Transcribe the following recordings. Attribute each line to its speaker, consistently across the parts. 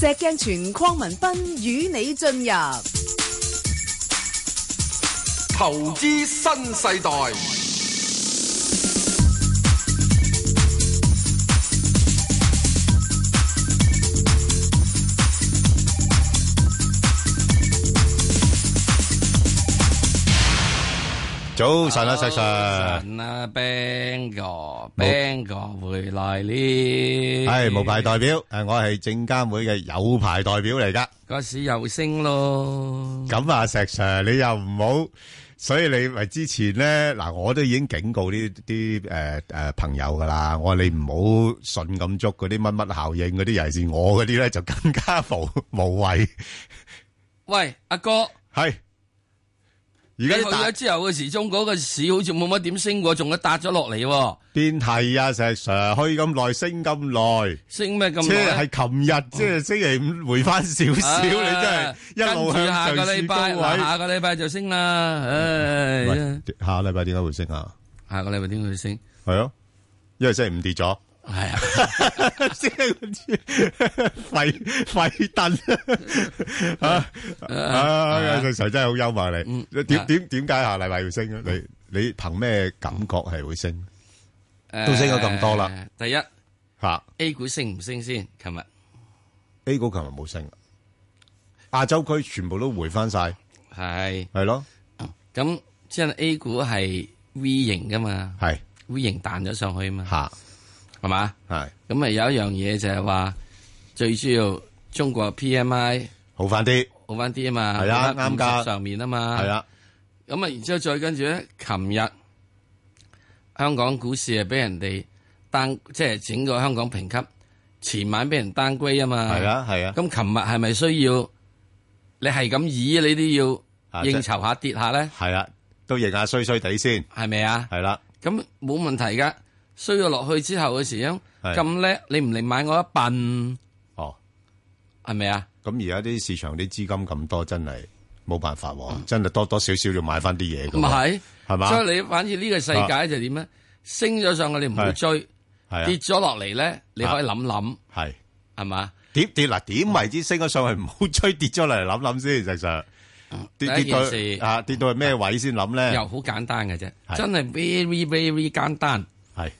Speaker 1: 石鏡泉鄺民彬與你進入
Speaker 2: 投資新世代，
Speaker 3: 早晨啊，石 Sir，
Speaker 4: 神啊，Bang 哥，Bang 哥回來呢？
Speaker 3: 係無牌代表，誒，我係證監會嘅有牌代表嚟噶。
Speaker 4: 個市又升咯，
Speaker 3: 咁啊，石 Sir，你又唔好，所以你咪之前咧，嗱，我都已經警告呢啲誒誒朋友噶啦，我話你唔好信咁足嗰啲乜乜效應嗰啲，尤其是我嗰啲咧就更加無 無謂。
Speaker 4: 喂，阿哥，
Speaker 3: 係，而家
Speaker 4: 而家去
Speaker 3: 啲大
Speaker 4: 咗之後嘅時鐘嗰個市好似冇乜點升過，仲一搭咗落嚟喎，
Speaker 3: 邊係啊，石 Sir，去咁耐，升咁耐，
Speaker 4: 升咩咁
Speaker 3: 即
Speaker 4: 耐啊？
Speaker 3: 係琴日，即係星期五回翻少
Speaker 4: À,
Speaker 3: 少，你真係一路
Speaker 4: 跟住下
Speaker 3: 向上
Speaker 4: 個
Speaker 3: 試
Speaker 4: 禮
Speaker 3: 高
Speaker 4: 拜，嗱
Speaker 3: 位。
Speaker 4: 下個禮拜就升啦，唉，
Speaker 3: 喂下禮拜點解會升啊？
Speaker 4: 下個禮拜點會升？
Speaker 3: 係咯，因為星期五跌咗，
Speaker 4: 係啊，
Speaker 3: 即 係廢廢燈 啊！啊，石 Sir 真係好幽默你。
Speaker 4: 嗯啊
Speaker 3: 點點點解下禮拜要升啊？你你憑咩感覺係會升
Speaker 4: À,
Speaker 3: 都升咗咁多啦
Speaker 4: 誒。第一
Speaker 3: 吓
Speaker 4: A 股升唔升先？琴日
Speaker 3: ？A 股琴日冇升，啊亞洲區全部都回翻晒，
Speaker 4: 係。
Speaker 3: 係咯，
Speaker 4: 咁即係 A 股係 V 型噶嘛
Speaker 3: 係
Speaker 4: ，V 型彈咗上去嘛，
Speaker 3: 吓
Speaker 4: 係嘛？
Speaker 3: 係
Speaker 4: 咁啊有一樣嘢就係話，最主要中國 PMI
Speaker 3: 好翻啲，
Speaker 4: 好翻啲啊嘛，
Speaker 3: 係啊
Speaker 4: 好返
Speaker 3: 啱㗎
Speaker 4: 50上面啊嘛，
Speaker 3: 係。啊，
Speaker 4: 咁啊，然之後再跟住咧，琴日香港股市係俾人哋 down，即係整個香港評級，前晚俾人 downgrade 啊嘛，
Speaker 3: 係。啊，係啊，
Speaker 4: 咁琴日係咪需要你係咁以你都
Speaker 3: 啊
Speaker 4: 要
Speaker 3: 即係
Speaker 4: 應酬下跌下咧？
Speaker 3: 係啊，都認下衰衰地先，
Speaker 4: 係咪啊？
Speaker 3: 係啦，
Speaker 4: 咁冇問題噶。衰咗落去之後嘅時候，
Speaker 3: 係
Speaker 4: 咁叻，你唔嚟買我一笨，
Speaker 3: 哦。
Speaker 4: 係咪啊？
Speaker 3: 咁而家啲市場啲資金咁多，真係冇辦法喎，真係多多少少要買翻啲嘢㗎
Speaker 4: 唔
Speaker 3: 喎
Speaker 4: 係，
Speaker 3: 啊係嘛啊
Speaker 4: 所以你反而呢個世界就點咧？升咗上去你唔好
Speaker 3: 係
Speaker 4: 追，跌
Speaker 3: 係
Speaker 4: 咗落嚟咧，你可以諗諗，
Speaker 3: 啊，係
Speaker 4: 係嘛？
Speaker 3: 點跌嗱點為之升咗上去，唔好追跌咗嚟諗諗先，實上
Speaker 4: 第
Speaker 3: 跌
Speaker 4: 一
Speaker 3: 跌到
Speaker 4: 件事
Speaker 3: 啊跌到係咩位先諗咧
Speaker 4: 又？好簡單嘅啫
Speaker 3: 係，
Speaker 4: 真係 very very 簡單。
Speaker 3: 係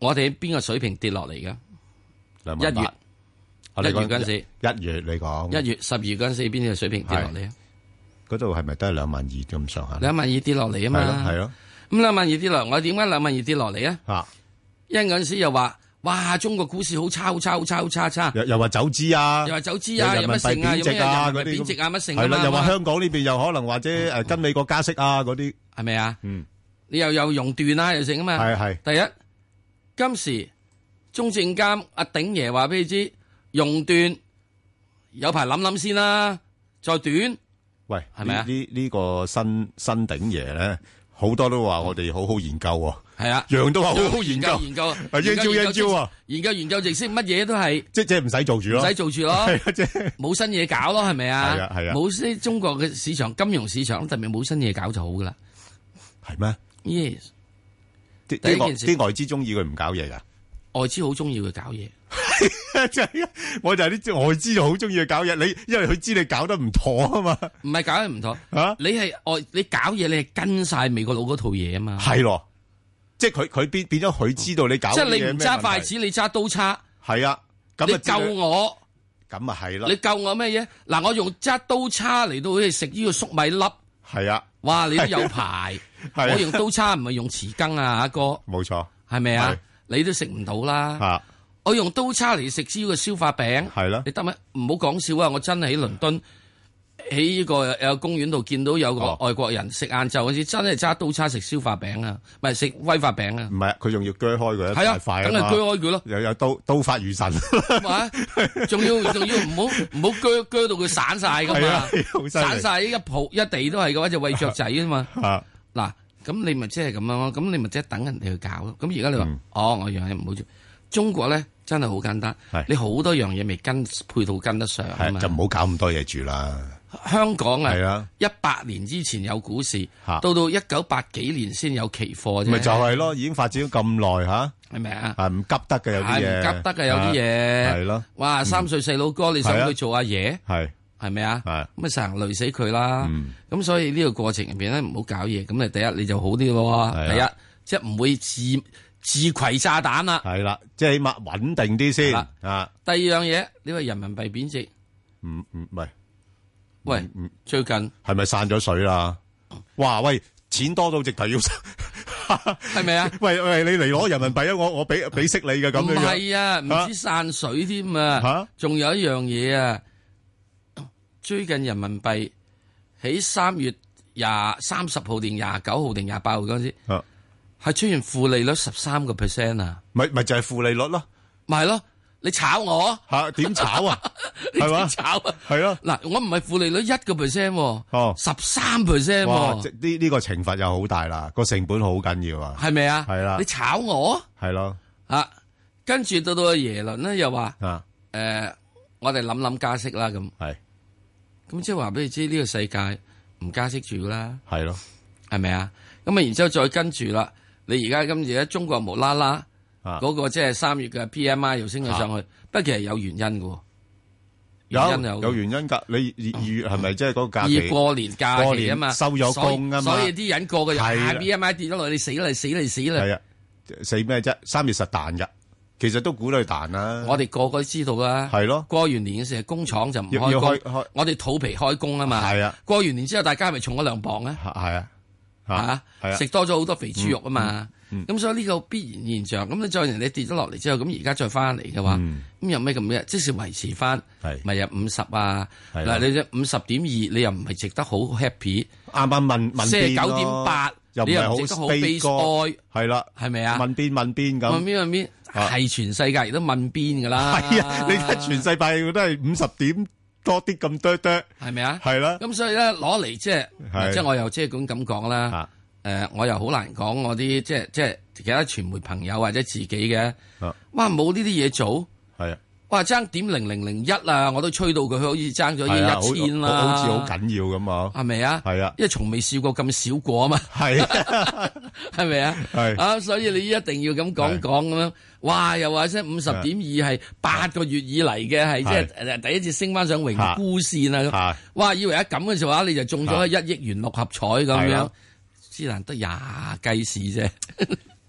Speaker 4: 我哋喺邊個水平跌落嚟嘅？
Speaker 3: 兩
Speaker 4: 一月
Speaker 3: 啊你講
Speaker 4: 一月嗰陣時
Speaker 3: 一月你講
Speaker 4: 一月十二嗰陣時，邊個水平跌落嚟啊？
Speaker 3: 嗰度係咪都係兩萬二咁上下？
Speaker 4: 兩萬二跌落嚟啊
Speaker 3: 係咯係
Speaker 4: 嘛，
Speaker 3: 咯
Speaker 4: 咁兩萬二跌落嚟，我點解兩萬二跌落嚟啊？
Speaker 3: 嚇，
Speaker 4: 因為嗰陣時又話，哇，中國股市好差好差好差好差好差。
Speaker 3: 又又話走資啊
Speaker 4: 又。話走資啊，
Speaker 3: 有
Speaker 4: 有
Speaker 3: 人
Speaker 4: 乜
Speaker 3: 民幣
Speaker 4: 成啊，有
Speaker 3: 貶值
Speaker 4: 咩
Speaker 3: 啊
Speaker 4: 人民
Speaker 3: 嗰
Speaker 4: 幣
Speaker 3: 啲
Speaker 4: 貶值啊，乜成啊
Speaker 3: 係啦，又話
Speaker 4: 嘛，
Speaker 3: 香港呢邊又可能或者誒跟美國加息啊嗰啲，
Speaker 4: 係咪啊？
Speaker 3: 嗯，
Speaker 4: 你又又熔斷啊，又成啊嘛。
Speaker 3: 係係
Speaker 4: 第一，今時中證監阿鼎爺話俾你知，熔斷有排諗諗先啦，再短。
Speaker 3: 喂，
Speaker 4: 係咪啊
Speaker 3: 呢呢呢個新新鼎爺咧，好多都話我哋好好研究喎，
Speaker 4: 係啊，
Speaker 3: 樣都話好好研究，
Speaker 4: 研究
Speaker 3: 啊英招英招啊，
Speaker 4: 研究研究直識乜嘢都係
Speaker 3: 即即係唔使做住
Speaker 4: 唔
Speaker 3: 咯，
Speaker 4: 使做住咯，
Speaker 3: 係啊，即係
Speaker 4: 冇新嘢搞咯，係咪啊？
Speaker 3: 係啊係啊
Speaker 4: 冇啲中國嘅市場、金融市場特別冇新嘢搞就好噶啦。
Speaker 3: 係咩？
Speaker 4: Yes，
Speaker 3: 啲
Speaker 4: 第一
Speaker 3: 啲外
Speaker 4: 件事
Speaker 3: 啲外資中意佢唔搞嘢 噶，
Speaker 4: 外資好中意佢搞嘢。
Speaker 3: 即係我就係啲外資就好中意佢搞嘢，你因為佢知你搞得唔妥啊嘛，
Speaker 4: 唔係搞得唔妥，
Speaker 3: 啊
Speaker 4: 你係外你搞嘢，你係跟晒美國佬嗰套嘢啊嘛。
Speaker 3: 係咯，即係佢佢變變咗佢知道你搞
Speaker 4: 即
Speaker 3: 嘢
Speaker 4: 係你唔揸筷
Speaker 3: 咩
Speaker 4: 子，你揸刀叉，
Speaker 3: 問題，係啊，
Speaker 4: 你
Speaker 3: 咁啊
Speaker 4: 救我，
Speaker 3: 咁啊係啦
Speaker 4: 你，救我咩嘢？嗱，我用揸刀叉嚟到去食呢個粟米粒，
Speaker 3: 係啊，
Speaker 4: 哇！你都有排，
Speaker 3: 係啊
Speaker 4: 我用刀叉唔係用匙羹啊，阿哥，
Speaker 3: 冇錯
Speaker 4: 係咪啊
Speaker 3: 係？
Speaker 4: 你都食唔到啦。
Speaker 3: 啊，
Speaker 4: 我用刀叉嚟食呢個消化餅，
Speaker 3: 係啦
Speaker 4: 你得咩？唔好講笑啊！我真係喺倫敦喺呢個有公園度見到有個
Speaker 3: 哦
Speaker 4: 外國人食晏晝嗰時，真係揸刀叉食消化餅啊，唔係食威化餅啊。
Speaker 3: 唔係佢仲要鋸開佢一
Speaker 4: 系啊
Speaker 3: 大，塊
Speaker 4: 梗
Speaker 3: 啊
Speaker 4: 係鋸
Speaker 3: 嘛，
Speaker 4: 開佢咯，
Speaker 3: 又有刀刀法如神。
Speaker 4: 係嘛？仲要仲要唔好唔好鋸鋸到佢散晒噶
Speaker 3: 係
Speaker 4: 嘛
Speaker 3: 啊係啊好犀利，
Speaker 4: 散晒一抱一地都係嘅話就喂雀仔啊嘛。
Speaker 3: 啊，
Speaker 4: 嗱，咁你咪即係咁樣咯，咁你咪即係等人哋去搞咯。咁而家你話
Speaker 3: 嗯，
Speaker 4: 哦，我樣嘢唔好做。中國咧真係好簡單
Speaker 3: 係，
Speaker 4: 你好多樣嘢未跟配套跟得上啊
Speaker 3: 係
Speaker 4: 嘛
Speaker 3: 就唔好搞咁多嘢住啦。
Speaker 4: 香港
Speaker 3: 係啊
Speaker 4: 啊，一百年之前有股市
Speaker 3: 嚇，
Speaker 4: 到到一九八幾年先有期貨啫，
Speaker 3: 咪就係咯，已經發展咗咁耐吓，
Speaker 4: 係咪啊？
Speaker 3: 係唔急得嘅有啲
Speaker 4: 係唔
Speaker 3: 嘢，啊
Speaker 4: 急得嘅有啲嘢，
Speaker 3: 係咯，
Speaker 4: 哇！三歲細佬哥，你想
Speaker 3: 嗯係啊
Speaker 4: 佢做阿爺
Speaker 3: 係
Speaker 4: 係咪啊？
Speaker 3: 係
Speaker 4: 咁咪成日累死佢啦
Speaker 3: 嗯。
Speaker 4: 咁所以呢個過程入邊咧，唔好搞嘢。咁你第一你就好啲咯
Speaker 3: 係
Speaker 4: 喎。
Speaker 3: 啊
Speaker 4: 第一即係唔會自自攜炸彈啦。
Speaker 3: 係啦，即係起碼穩定啲先
Speaker 4: 係
Speaker 3: 啊，
Speaker 4: 第二樣嘢，你話人民幣貶值，
Speaker 3: 唔唔唔係。嗯
Speaker 4: 喂，最近
Speaker 3: 系咪散咗水啦？哇喂，錢多到直頭要
Speaker 4: 係咪啊？
Speaker 3: 喂喂，你嚟攞人民幣啊！我我俾俾息你嘅咁
Speaker 4: 唔
Speaker 3: 樣樣，
Speaker 4: 係啊，唔止散水添啊
Speaker 3: 嚇，
Speaker 4: 仲有一樣嘢啊，最近人民幣喺三月廿三十號定廿九號定廿八號嗰陣時
Speaker 3: 啊，
Speaker 4: 係出現負利率十三個 percent 啊，
Speaker 3: 咪咪就係負利率咯
Speaker 4: 咪係咯，你炒我，
Speaker 3: 吓，點炒啊？係嘛
Speaker 4: 你炒啊！
Speaker 3: 係咯，
Speaker 4: 嗱，我唔係負利率一個 percent，
Speaker 3: 哦
Speaker 4: 十三 percent，
Speaker 3: 哇！
Speaker 4: 喎
Speaker 3: 即呢呢個懲罰又好大啦，個成本好緊要啊，
Speaker 4: 係咪啊？
Speaker 3: 係啦
Speaker 4: 你炒我
Speaker 3: 係咯
Speaker 4: 啊！跟住到到阿耶倫咧又話，
Speaker 3: 啊，
Speaker 4: 誒，我哋諗諗加息啦咁。
Speaker 3: 係
Speaker 4: 咁即係話俾你知，呢、個世界唔加息住啦，
Speaker 3: 係咯
Speaker 4: 係咪啊？咁啊，然之後再跟住啦。你而家今次咧，中國無啦啦
Speaker 3: 啊，
Speaker 4: 嗰個即係三月嘅 P M I 又升咗上去，不過其實有原因嘅喎，原因
Speaker 3: 有有原因㗎。你二二月係咪即係嗰個假
Speaker 4: 而
Speaker 3: 期？
Speaker 4: 過年假期啊嘛，
Speaker 3: 過年收咗工啊嘛
Speaker 4: 所以所以啲人個個就
Speaker 3: 係啦
Speaker 4: P M I 跌咗落，你死啦，你死啦，你死
Speaker 3: 係
Speaker 4: 啦！
Speaker 3: 啊，死咩啫？三月實彈㗎，其實都估到佢彈啦。
Speaker 4: 我哋個個都知道啦，
Speaker 3: 係咯
Speaker 4: 過完年嘅時候，工廠就唔
Speaker 3: 要要開
Speaker 4: 開
Speaker 3: 開
Speaker 4: 工，我哋肚皮開工啊嘛。
Speaker 3: 係啊，
Speaker 4: 過完年之後，大家係咪重咗兩磅啊？
Speaker 3: 係啊，
Speaker 4: 啊
Speaker 3: 係啊，嗯
Speaker 4: 食多咗好多肥豬肉啊嘛，咁所以呢個必然現象。咁你再人哋跌咗落嚟之後，咁而家再翻嚟嘅話，
Speaker 3: 嗯
Speaker 4: 咁有咩咁嘅？即是維持翻
Speaker 3: 係，
Speaker 4: 咪有五十啊？
Speaker 3: 係
Speaker 4: 嗱，你只五十點二，你又唔係值得好
Speaker 3: 啱
Speaker 4: happy，
Speaker 3: 啱問問
Speaker 4: 四十
Speaker 3: 邊
Speaker 4: 九點
Speaker 3: 咯
Speaker 4: 八，
Speaker 3: 又唔
Speaker 4: 你
Speaker 3: 係
Speaker 4: 又唔值得
Speaker 3: 好
Speaker 4: 好
Speaker 3: 悲
Speaker 4: base oil，
Speaker 3: 歌，係啦，
Speaker 4: 係咪啊？
Speaker 3: 問邊問邊咁。
Speaker 4: 問邊問邊，
Speaker 3: 啊
Speaker 4: 係全世界亦都問邊噶啦。
Speaker 3: 係啊，你睇全世界都係50點多啲咁多多，
Speaker 4: 係咪啊？
Speaker 3: 係啦，
Speaker 4: 咁所以咧攞嚟即係
Speaker 3: 係，
Speaker 4: 即係我又即係咁咁講啦。
Speaker 3: 啊
Speaker 4: 誒、呃我又好難講我啲即係即係其他傳媒朋友或者自己嘅
Speaker 3: 啊，
Speaker 4: 哇冇呢啲嘢做，
Speaker 3: 啊，係啊，係啊，
Speaker 4: 哇爭點零零零一啊，我都吹到佢好似爭咗
Speaker 3: 啊好-
Speaker 4: 一千啦，
Speaker 3: 好-好似好緊要咁啊，
Speaker 4: 係咪啊？
Speaker 3: 係啊
Speaker 4: 因為從未試過咁少過啊嘛， 係咪啊？
Speaker 3: 係
Speaker 4: 啊，所以你一定要咁講
Speaker 3: 係
Speaker 4: 講咁樣，哇！又話即五十點二係八個月以嚟嘅係即係誒第一次升翻上榮枯線啊咁，
Speaker 3: 係，啊，
Speaker 4: 哇！以為一咁嘅話你就中咗
Speaker 3: 啊
Speaker 4: 一億元六合彩
Speaker 3: 係
Speaker 4: 咁樣
Speaker 3: 啊，
Speaker 4: 之難得廿雞市啫。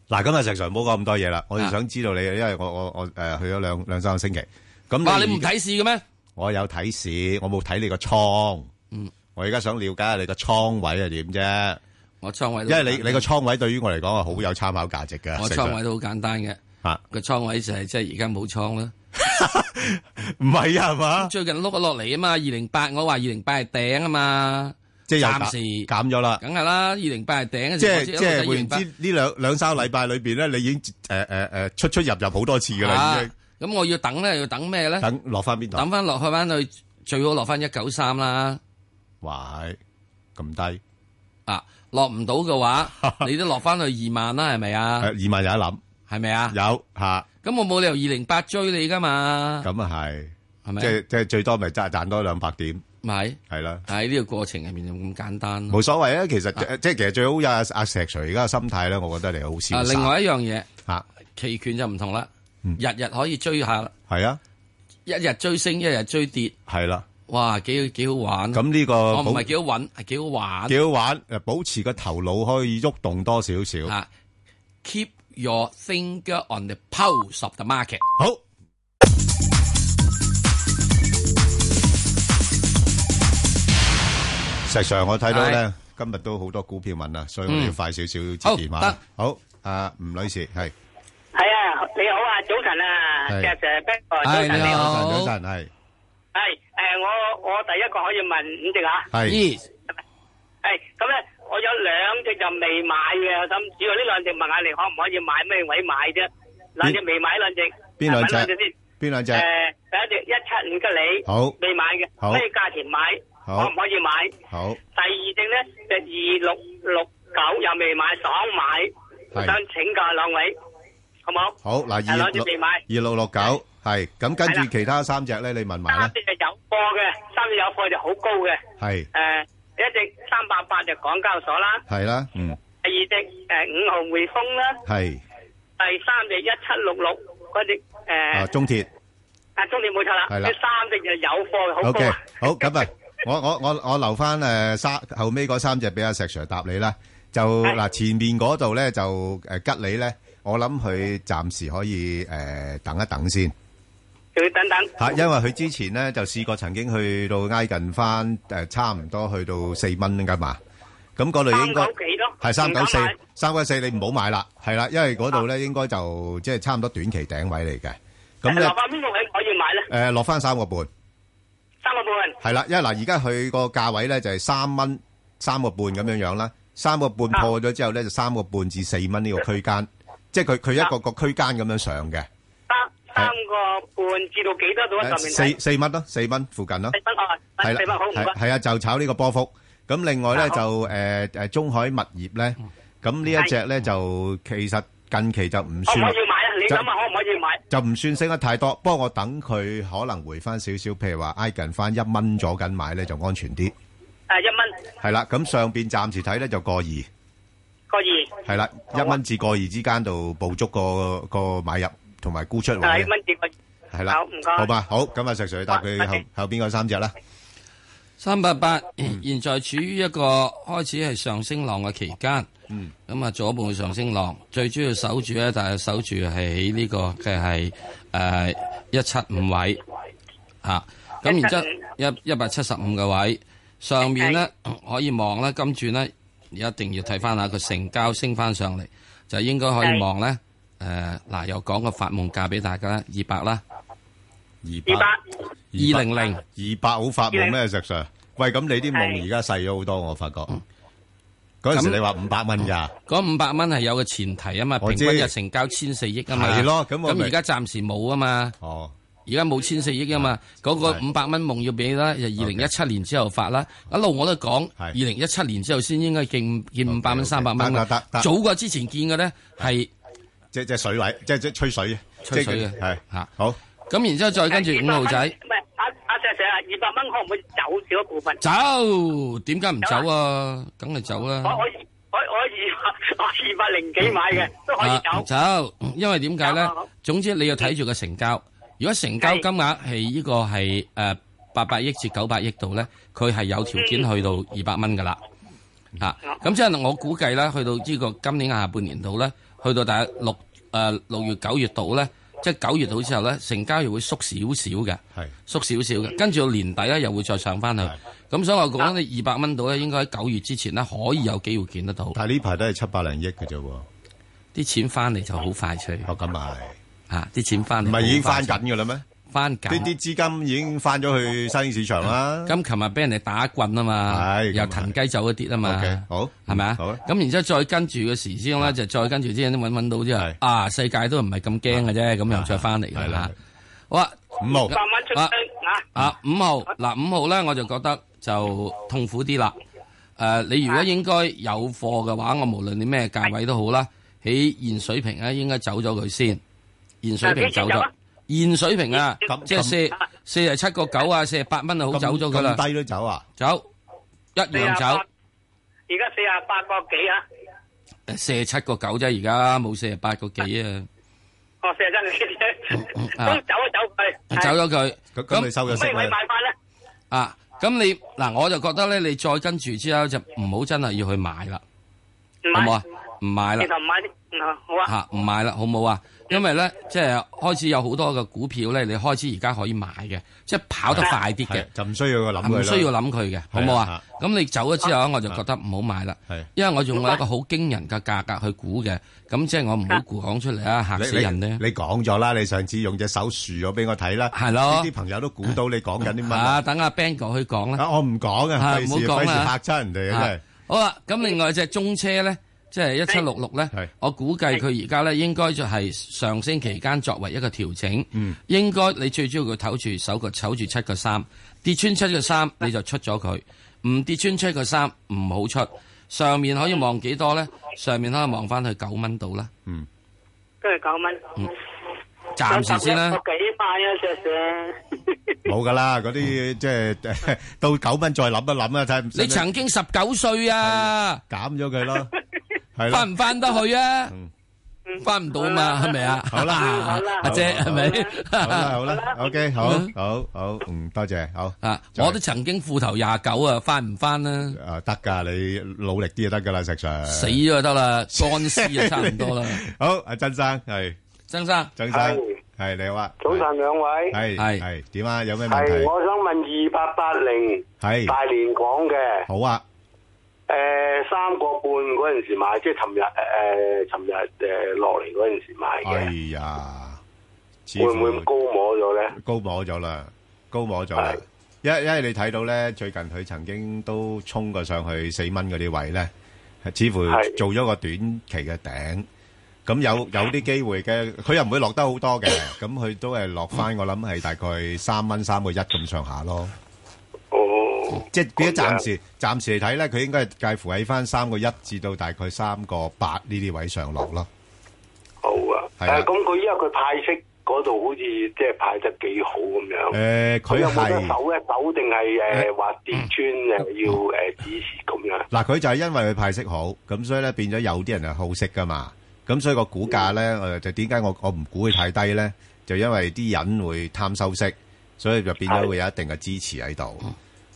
Speaker 3: 嗱，今日石Sir唔好講咁多嘢啦，我就
Speaker 4: 啊。
Speaker 3: 想知道你，因為我-我-我，誒，去咗兩-兩三個星期，咁
Speaker 4: 哇！
Speaker 3: 你
Speaker 4: 你唔
Speaker 3: 而-
Speaker 4: 睇市嘅咩？
Speaker 3: 我有睇市，我冇睇你個倉，
Speaker 4: 嗯
Speaker 3: 我而家想了解下你個倉位係點啫，因為你-
Speaker 4: 我倉位都好簡單
Speaker 3: 你個倉位對於我嚟講係好有參考價值㗎，
Speaker 4: 我
Speaker 3: 石
Speaker 4: 倉
Speaker 3: Sir。
Speaker 4: 位都好簡單嘅，
Speaker 3: 啊
Speaker 4: 個倉位就係即係而家冇倉啦。
Speaker 3: 唔係啊，係嘛？
Speaker 4: 最近碌咗落嚟啊嘛，二零八我話二零八係頂啊嘛，
Speaker 3: 即係又
Speaker 4: 暫
Speaker 3: 減-
Speaker 4: 時
Speaker 3: 減咗啦。
Speaker 4: 梗係啦，二零八係頂嘅
Speaker 3: 即
Speaker 4: 時
Speaker 3: 係
Speaker 4: 候我知一路
Speaker 3: 即
Speaker 4: 睇
Speaker 3: 係，換言之，
Speaker 4: 208
Speaker 3: 呢兩兩三個禮拜裏邊咧，你已經誒誒誒出出入入好多次㗎啦，已經
Speaker 4: 啊咁我要等咧，要等咩咧？
Speaker 3: 等落翻邊度？啊
Speaker 4: 等翻落去翻去，最好落翻一九三啦。
Speaker 3: 喂，咁低
Speaker 4: 啊，落唔到嘅話， 你都落翻去二萬啦，係咪啊？
Speaker 3: 誒二萬有一諗
Speaker 4: 係咪啊？
Speaker 3: 有嚇，
Speaker 4: 咁我冇理由二零八追你噶嘛，
Speaker 3: 咁啊係，
Speaker 4: 係咪？
Speaker 3: 即係即係最多咪賺賺多兩百點
Speaker 4: 咪
Speaker 3: 係啦，
Speaker 4: 喺呢個過程入面就咁簡單咯。
Speaker 3: 冇所謂啊。其實即係其實最好有阿阿石 Sir 而家嘅心態咧，我覺得你好瀟
Speaker 4: 啊，
Speaker 3: 灑
Speaker 4: 另外一樣嘢。
Speaker 3: 嚇，
Speaker 4: 期權就唔同啦，
Speaker 3: 嗯
Speaker 4: 日日可以追下啦，
Speaker 3: 係啊，
Speaker 4: 一日追升，一日追跌，
Speaker 3: 係啦。
Speaker 4: 哇，幾幾好玩。
Speaker 3: 咁呢個
Speaker 4: 我唔
Speaker 3: 保
Speaker 4: 係幾好揾，係幾好玩
Speaker 3: 幾好玩，誒保持個頭腦可以喐動多少少。
Speaker 4: 啊！Keep your finger on the pulse of the market。
Speaker 3: 好。石 Sir，我睇到咧，今日都好多股票問啦，所以我哋要快少少接電話啦。好，阿吳女士係，
Speaker 5: 系啊，你好啊，早晨啊，
Speaker 3: 係
Speaker 5: 石 Sir 邊個？
Speaker 4: 係
Speaker 5: 早晨
Speaker 4: 你
Speaker 5: 你
Speaker 4: 好
Speaker 5: 好，
Speaker 3: 早晨，早晨係，
Speaker 5: 系诶，誒我我第一個可以問五隻啊，
Speaker 3: 係
Speaker 4: 咦，
Speaker 5: 係咁咧，我有兩隻就未買嘅，我諗主要呢兩隻問下你可唔可以買咩位買啫？兩隻未買兩隻，
Speaker 3: 邊兩隻
Speaker 5: 買隻先？
Speaker 3: 邊兩隻？
Speaker 5: 诶，第一隻一七五吉利，
Speaker 3: 好
Speaker 5: 未買嘅，
Speaker 3: 好
Speaker 5: 咩價錢買？
Speaker 3: 好
Speaker 5: 可唔可以買？
Speaker 3: 好，
Speaker 5: 第二隻咧就二六六九又未買，爽買，我
Speaker 3: 係
Speaker 5: 想請教兩位，好冇？
Speaker 3: 好嗱，
Speaker 5: 係
Speaker 3: 二
Speaker 5: 兩隻
Speaker 3: 六
Speaker 5: 未買。
Speaker 3: 二六六九係，咁跟住
Speaker 5: 係啦。
Speaker 3: 其他三隻咧，你問埋啦
Speaker 5: 三。隻就有貨貨嘅，三隻有貨就好高嘅。
Speaker 3: 係
Speaker 5: 诶，一隻三百八就港交所啦，
Speaker 3: 係啦，嗯，
Speaker 5: 第二隻诶五號匯豐啦，
Speaker 3: 係
Speaker 5: 第三隻一七六六嗰隻
Speaker 3: 啊，
Speaker 5: 诶
Speaker 3: 中鐵
Speaker 5: 啊中年冇錯啦，
Speaker 3: 係
Speaker 5: 呢
Speaker 3: 啦
Speaker 5: 三隻就有貨嘅，好高
Speaker 3: OK，
Speaker 5: 啊。
Speaker 3: 好，咁啊，我-我-我-我留返，誒，三-後尾嗰三隻俾阿石 Sir 答你啦。就，
Speaker 5: 係。
Speaker 3: 嗱，前面嗰度呢，就，誒，吉利呢，我諗佢暫時可以，誒，等一等先。
Speaker 5: 仲要等等。
Speaker 3: 吓，因為佢之前咧就試過曾經去到挨近翻誒差唔多去到四蚊噶嘛，咁嗰度應該
Speaker 5: 3.9幾咯
Speaker 3: 係三九四
Speaker 5: 唔敢買、
Speaker 3: 三九四，你唔好買啦，係啦，因為嗰度咧應該就即係差唔多短期頂位嚟嘅，咁
Speaker 5: 落
Speaker 3: 咧
Speaker 5: 翻邊個位可以買咧？
Speaker 3: 誒落翻三個半，
Speaker 5: 三個半。
Speaker 3: 係啦，因為嗱而家佢個價位咧就係三蚊三個半咁樣樣啦，三個半
Speaker 5: 啊
Speaker 3: 破咗之後咧就三個半至四蚊呢個區間，即係佢佢一個個區間咁樣上嘅，
Speaker 5: 三三個半至到幾多度啊？上面
Speaker 3: 誒四四蚊咯，四蚊附近咯。
Speaker 5: 四蚊啊，
Speaker 3: 係啦，
Speaker 5: 四蚊好唔該
Speaker 3: 係-。係啊，就炒呢個波幅。咁另外呢，
Speaker 5: 啊，好。
Speaker 3: 就，誒，誒，中海物業呢，咁呢一隻呢，就其實近期就唔算-
Speaker 5: 可唔可以買啊？你
Speaker 3: 就
Speaker 5: 諗下可唔可以買？
Speaker 3: 就唔算升得太多，不過我等佢可能回返少少，譬如話挨近返一蚊咗緊買呢，就安全啲。係啦，咁上邊暫時睇呢，就過二。係啦，
Speaker 5: 誒一蚊個二，
Speaker 3: 一蚊至過二之間度捕捉個-個買入同埋沽出位呢，
Speaker 5: 係一蚊至個二。
Speaker 3: 係啦。
Speaker 5: 好，唔該。
Speaker 3: 好嘛，好，咁啊，石Sir，你答佢
Speaker 5: 好，多謝。
Speaker 3: 後-後邊嗰三隻啦。
Speaker 4: 三八八 現在處於一個開始係上升浪嘅期間，咁啊左半上升浪，最主要守住咧，但係守住係喺呢個嘅係誒一七五位啊，咁然之後一一百七十五嘅位上面咧 可以望咧，今轉咧一定要睇翻下佢成交升翻上嚟，就應該可以望咧誒嗱，又講個發夢價俾大家啦，二百啦，
Speaker 5: 二百
Speaker 4: 二零零。
Speaker 3: 200好發夢咩，石Sir？喂，咁你啲夢
Speaker 5: 係。
Speaker 3: 而家細咗好多，我發覺。嗰陣時
Speaker 4: 咁-
Speaker 3: 你話500蚊咋？
Speaker 4: 嗰五百蚊係有個前提啊嘛，
Speaker 3: 我
Speaker 4: 平
Speaker 3: 知
Speaker 4: 均日成交千四億啊嘛，
Speaker 3: 係咯咁我咪
Speaker 4: 咁而家暫時冇啊嘛，而家冇千四億啊嘛，嗰個
Speaker 3: 係
Speaker 4: 五百蚊夢要俾啦，就二零一七年之後發啦，一路我都講，
Speaker 3: 係
Speaker 4: 二零一七年之後先應該見見五百
Speaker 3: OK，OK，
Speaker 4: 蚊三百蚊
Speaker 3: 得
Speaker 4: 㗎
Speaker 3: 得得
Speaker 4: 早過之前見嘅咧係
Speaker 3: 哦，即-即水位，即-即吹水嘅，
Speaker 4: 吹
Speaker 3: 即-
Speaker 4: 水嘅
Speaker 3: 係，
Speaker 4: 嚇，
Speaker 3: 好。
Speaker 4: 咁然之後再跟住五號仔
Speaker 5: 唔係阿阿石 Sir 啊，二百蚊可唔可以走少一部分？
Speaker 4: 走，點解唔走啊？梗係走啦
Speaker 5: 我，我我我二 我二百零幾買嘅都可以
Speaker 4: 啊
Speaker 5: 走。
Speaker 4: 走，因為點解咧
Speaker 5: 走啊好？
Speaker 4: 總之你要睇住個成交，如果成交金額係呢個係誒八百億至九百億度咧，佢係有條件
Speaker 5: 嗯
Speaker 4: 去到二百蚊噶啦。啊，咁即係我估計咧，去到呢個今年下半年度咧，去到大概六誒六月九月度咧，即係九月度之後咧，成交又會縮少少嘅。縮少少
Speaker 5: 嗯
Speaker 4: 嘅，跟住到年底咧又會再上翻去
Speaker 3: 係，
Speaker 4: 咁所以我講你二百蚊度咧，應該喺九月之前咧可以有機會見得到，
Speaker 3: 係，但係呢排都係700零億嘅啫喎。哦，咁咪。
Speaker 4: 啲錢翻嚟就好快脆。啊！啲錢翻嚟
Speaker 3: 唔係已經翻緊㗎啦咩？
Speaker 4: 翻緊。
Speaker 3: 啲-啲資金已經翻咗去新興市場啦。
Speaker 4: 咁琴日俾人哋打棍啊嘛，
Speaker 3: 係咁
Speaker 4: 又
Speaker 3: 啊
Speaker 4: 騰雞走一啲啊嘛
Speaker 3: OK，好
Speaker 4: 係咪啊？
Speaker 3: 好啊啊
Speaker 4: 咁然之後再跟住嘅時之中咧，就再跟住之後揾揾到之後
Speaker 3: 係，
Speaker 4: 啊世界都唔係咁驚嘅啫，咁又再翻嚟
Speaker 3: 係
Speaker 4: 㗎
Speaker 3: 啦
Speaker 4: 嚇。好啊，
Speaker 3: 五號，
Speaker 5: 百蚊出張啊！
Speaker 4: 啊五號嗱五號咧，我就覺得就痛苦啲啦。誒，你
Speaker 5: 啊
Speaker 4: 如果應該有貨嘅話，我無論你咩價位都好啦，喺現水平咧應該走咗佢先，現水平
Speaker 5: 啊幾
Speaker 4: 走
Speaker 5: 錢走
Speaker 4: 咗
Speaker 5: 啊。
Speaker 4: 現水平啊
Speaker 3: 咁，
Speaker 4: 即係四
Speaker 5: 咁
Speaker 4: 四十七個九啊，四十八蚊啊，好
Speaker 3: 咁-
Speaker 4: 走咗佢啦。
Speaker 3: 咁低都走啊？
Speaker 4: 走，一
Speaker 5: 四廿
Speaker 4: 樣
Speaker 5: 八，
Speaker 4: 走，
Speaker 5: 而家四廿八個幾啊？
Speaker 4: 四十七個九啫，而家冇四十八個幾啊，
Speaker 5: 哦，四廿七幾
Speaker 4: 嗯
Speaker 5: 都走一走佢。
Speaker 4: 走咗佢。
Speaker 3: 咁-
Speaker 5: 可唔
Speaker 3: 咁你收咗息
Speaker 5: 可以
Speaker 3: 咩？
Speaker 5: 買翻咧？
Speaker 4: 啊，咁你嗱，我就覺得咧，你再跟住之後就唔好真係要去買啦，
Speaker 5: 唔
Speaker 4: 好
Speaker 5: 買
Speaker 4: 唔好啊？唔買啦
Speaker 5: 你，就唔買啲，嗯好啊。
Speaker 4: 吓唔買啦，好唔好啊？因為咧，即係開始有好多嘅股票咧，你開始而家可以買嘅，即係跑得快啲嘅，
Speaker 3: 係，就唔需要佢諗
Speaker 4: 唔
Speaker 3: 佢啦。
Speaker 4: 需要諗佢嘅，好唔好啊？咁你走咗之後，我就覺得唔好買啦。
Speaker 3: 係。
Speaker 4: 因為我仲有一個好驚人嘅價格去估嘅，咁即係我唔好估講出嚟啊，嚇
Speaker 3: 你-
Speaker 4: 死人咧！
Speaker 3: 你-你講咗啦，你上次用隻手�樹咗俾我睇啦。
Speaker 4: 係咯。
Speaker 3: 啲朋友都估到你講緊啲乜啦。
Speaker 4: 啊，等阿 Bang 哥去講啦。
Speaker 3: 啊，我唔講啊，
Speaker 4: 啊，
Speaker 3: 費事-
Speaker 4: 唔好講啦。
Speaker 3: 費事嚇親人哋啊，真係。
Speaker 4: 好啦，咁另外只中車咧，即係一七六六
Speaker 3: 係
Speaker 4: 咧，我估計佢而家咧應該就係上升期間作為一個調整。嗯，應該你最主要佢唞住手個唞住七個三，跌穿七個三你就出咗佢，唔跌穿七個三唔好出。上面可以望幾多咧？上面可以望翻去九蚊度啦，
Speaker 5: 都係九蚊。
Speaker 4: 暫時先啦。
Speaker 5: 我幾買啊，石 Sir。
Speaker 3: 冇㗎啦，嗰啲，即係， 到9蚊再諗一諗啊，睇下唔
Speaker 4: 你
Speaker 3: 使唔使
Speaker 4: 曾經十九歲啊，
Speaker 3: 減咗佢咯。係咯，嗯
Speaker 4: 翻唔翻得去啊？翻唔到嘛，係咪啊？
Speaker 3: 好啦
Speaker 5: 好啦
Speaker 4: 阿姐係咪？
Speaker 3: 好啦，好啦，OK，好，
Speaker 4: 嗯。
Speaker 3: 好，好，嗯，多謝，好。
Speaker 4: 啊，我都曾經褲頭廿九啊，翻唔翻啊？
Speaker 3: 啊，得㗎，你努力啲就得㗎啦，石Sir。
Speaker 4: 死咗就得啦，乾 屍啊，差唔多啦。
Speaker 3: 好，阿曾生，係，曾生，
Speaker 4: 曾生，
Speaker 3: 係，你好啊。
Speaker 6: 早晨兩位，
Speaker 3: 係，
Speaker 4: 係。
Speaker 3: 係，點啊？有咩問題？
Speaker 6: 係我想問二八八零
Speaker 3: 係，
Speaker 6: 大連港嘅，
Speaker 3: 好啊，
Speaker 6: 誒三個半嗰陣時買，即係尋日誒呃尋日誒落嚟嗰陣時買嘅，
Speaker 3: 哎呀，似乎
Speaker 6: 會唔會高摸咗咧？
Speaker 3: 高摸咗啦，高摸咗啦。
Speaker 6: 係。
Speaker 3: 因-因為你睇到呢，最近佢曾經都衝過上去4蚊嗰啲位呢，似乎
Speaker 6: 係。
Speaker 3: 做咗個短期嘅頂。咁有-有啲機會嘅，佢又唔會落得好多嘅，咁佢都係落返，我諗係大概3蚊、3.1咁上下咯。
Speaker 6: 哦，
Speaker 3: 即係變咗暫時暫時嚟睇咧，佢應該係介乎喺翻三個一至到大概三個八呢啲位上落咯。
Speaker 6: 好啊，
Speaker 3: 係啦
Speaker 6: 誒咁佢因為佢派息嗰度好似即係派得幾好咁
Speaker 3: 誒，
Speaker 6: 樣。佢
Speaker 3: 呃佢
Speaker 6: 有冇得
Speaker 3: 係呃嗯
Speaker 6: 守一守定係誒話跌穿誒要誒指示咁樣？
Speaker 3: 嗱，佢就係因為佢派息好，咁所以咧變咗有啲人係好息噶嘛。咁所以個股價咧，誒就點解我我唔估佢太低咧？就因為啲人會貪收息，所以就變咗會有一定嘅支持喺度，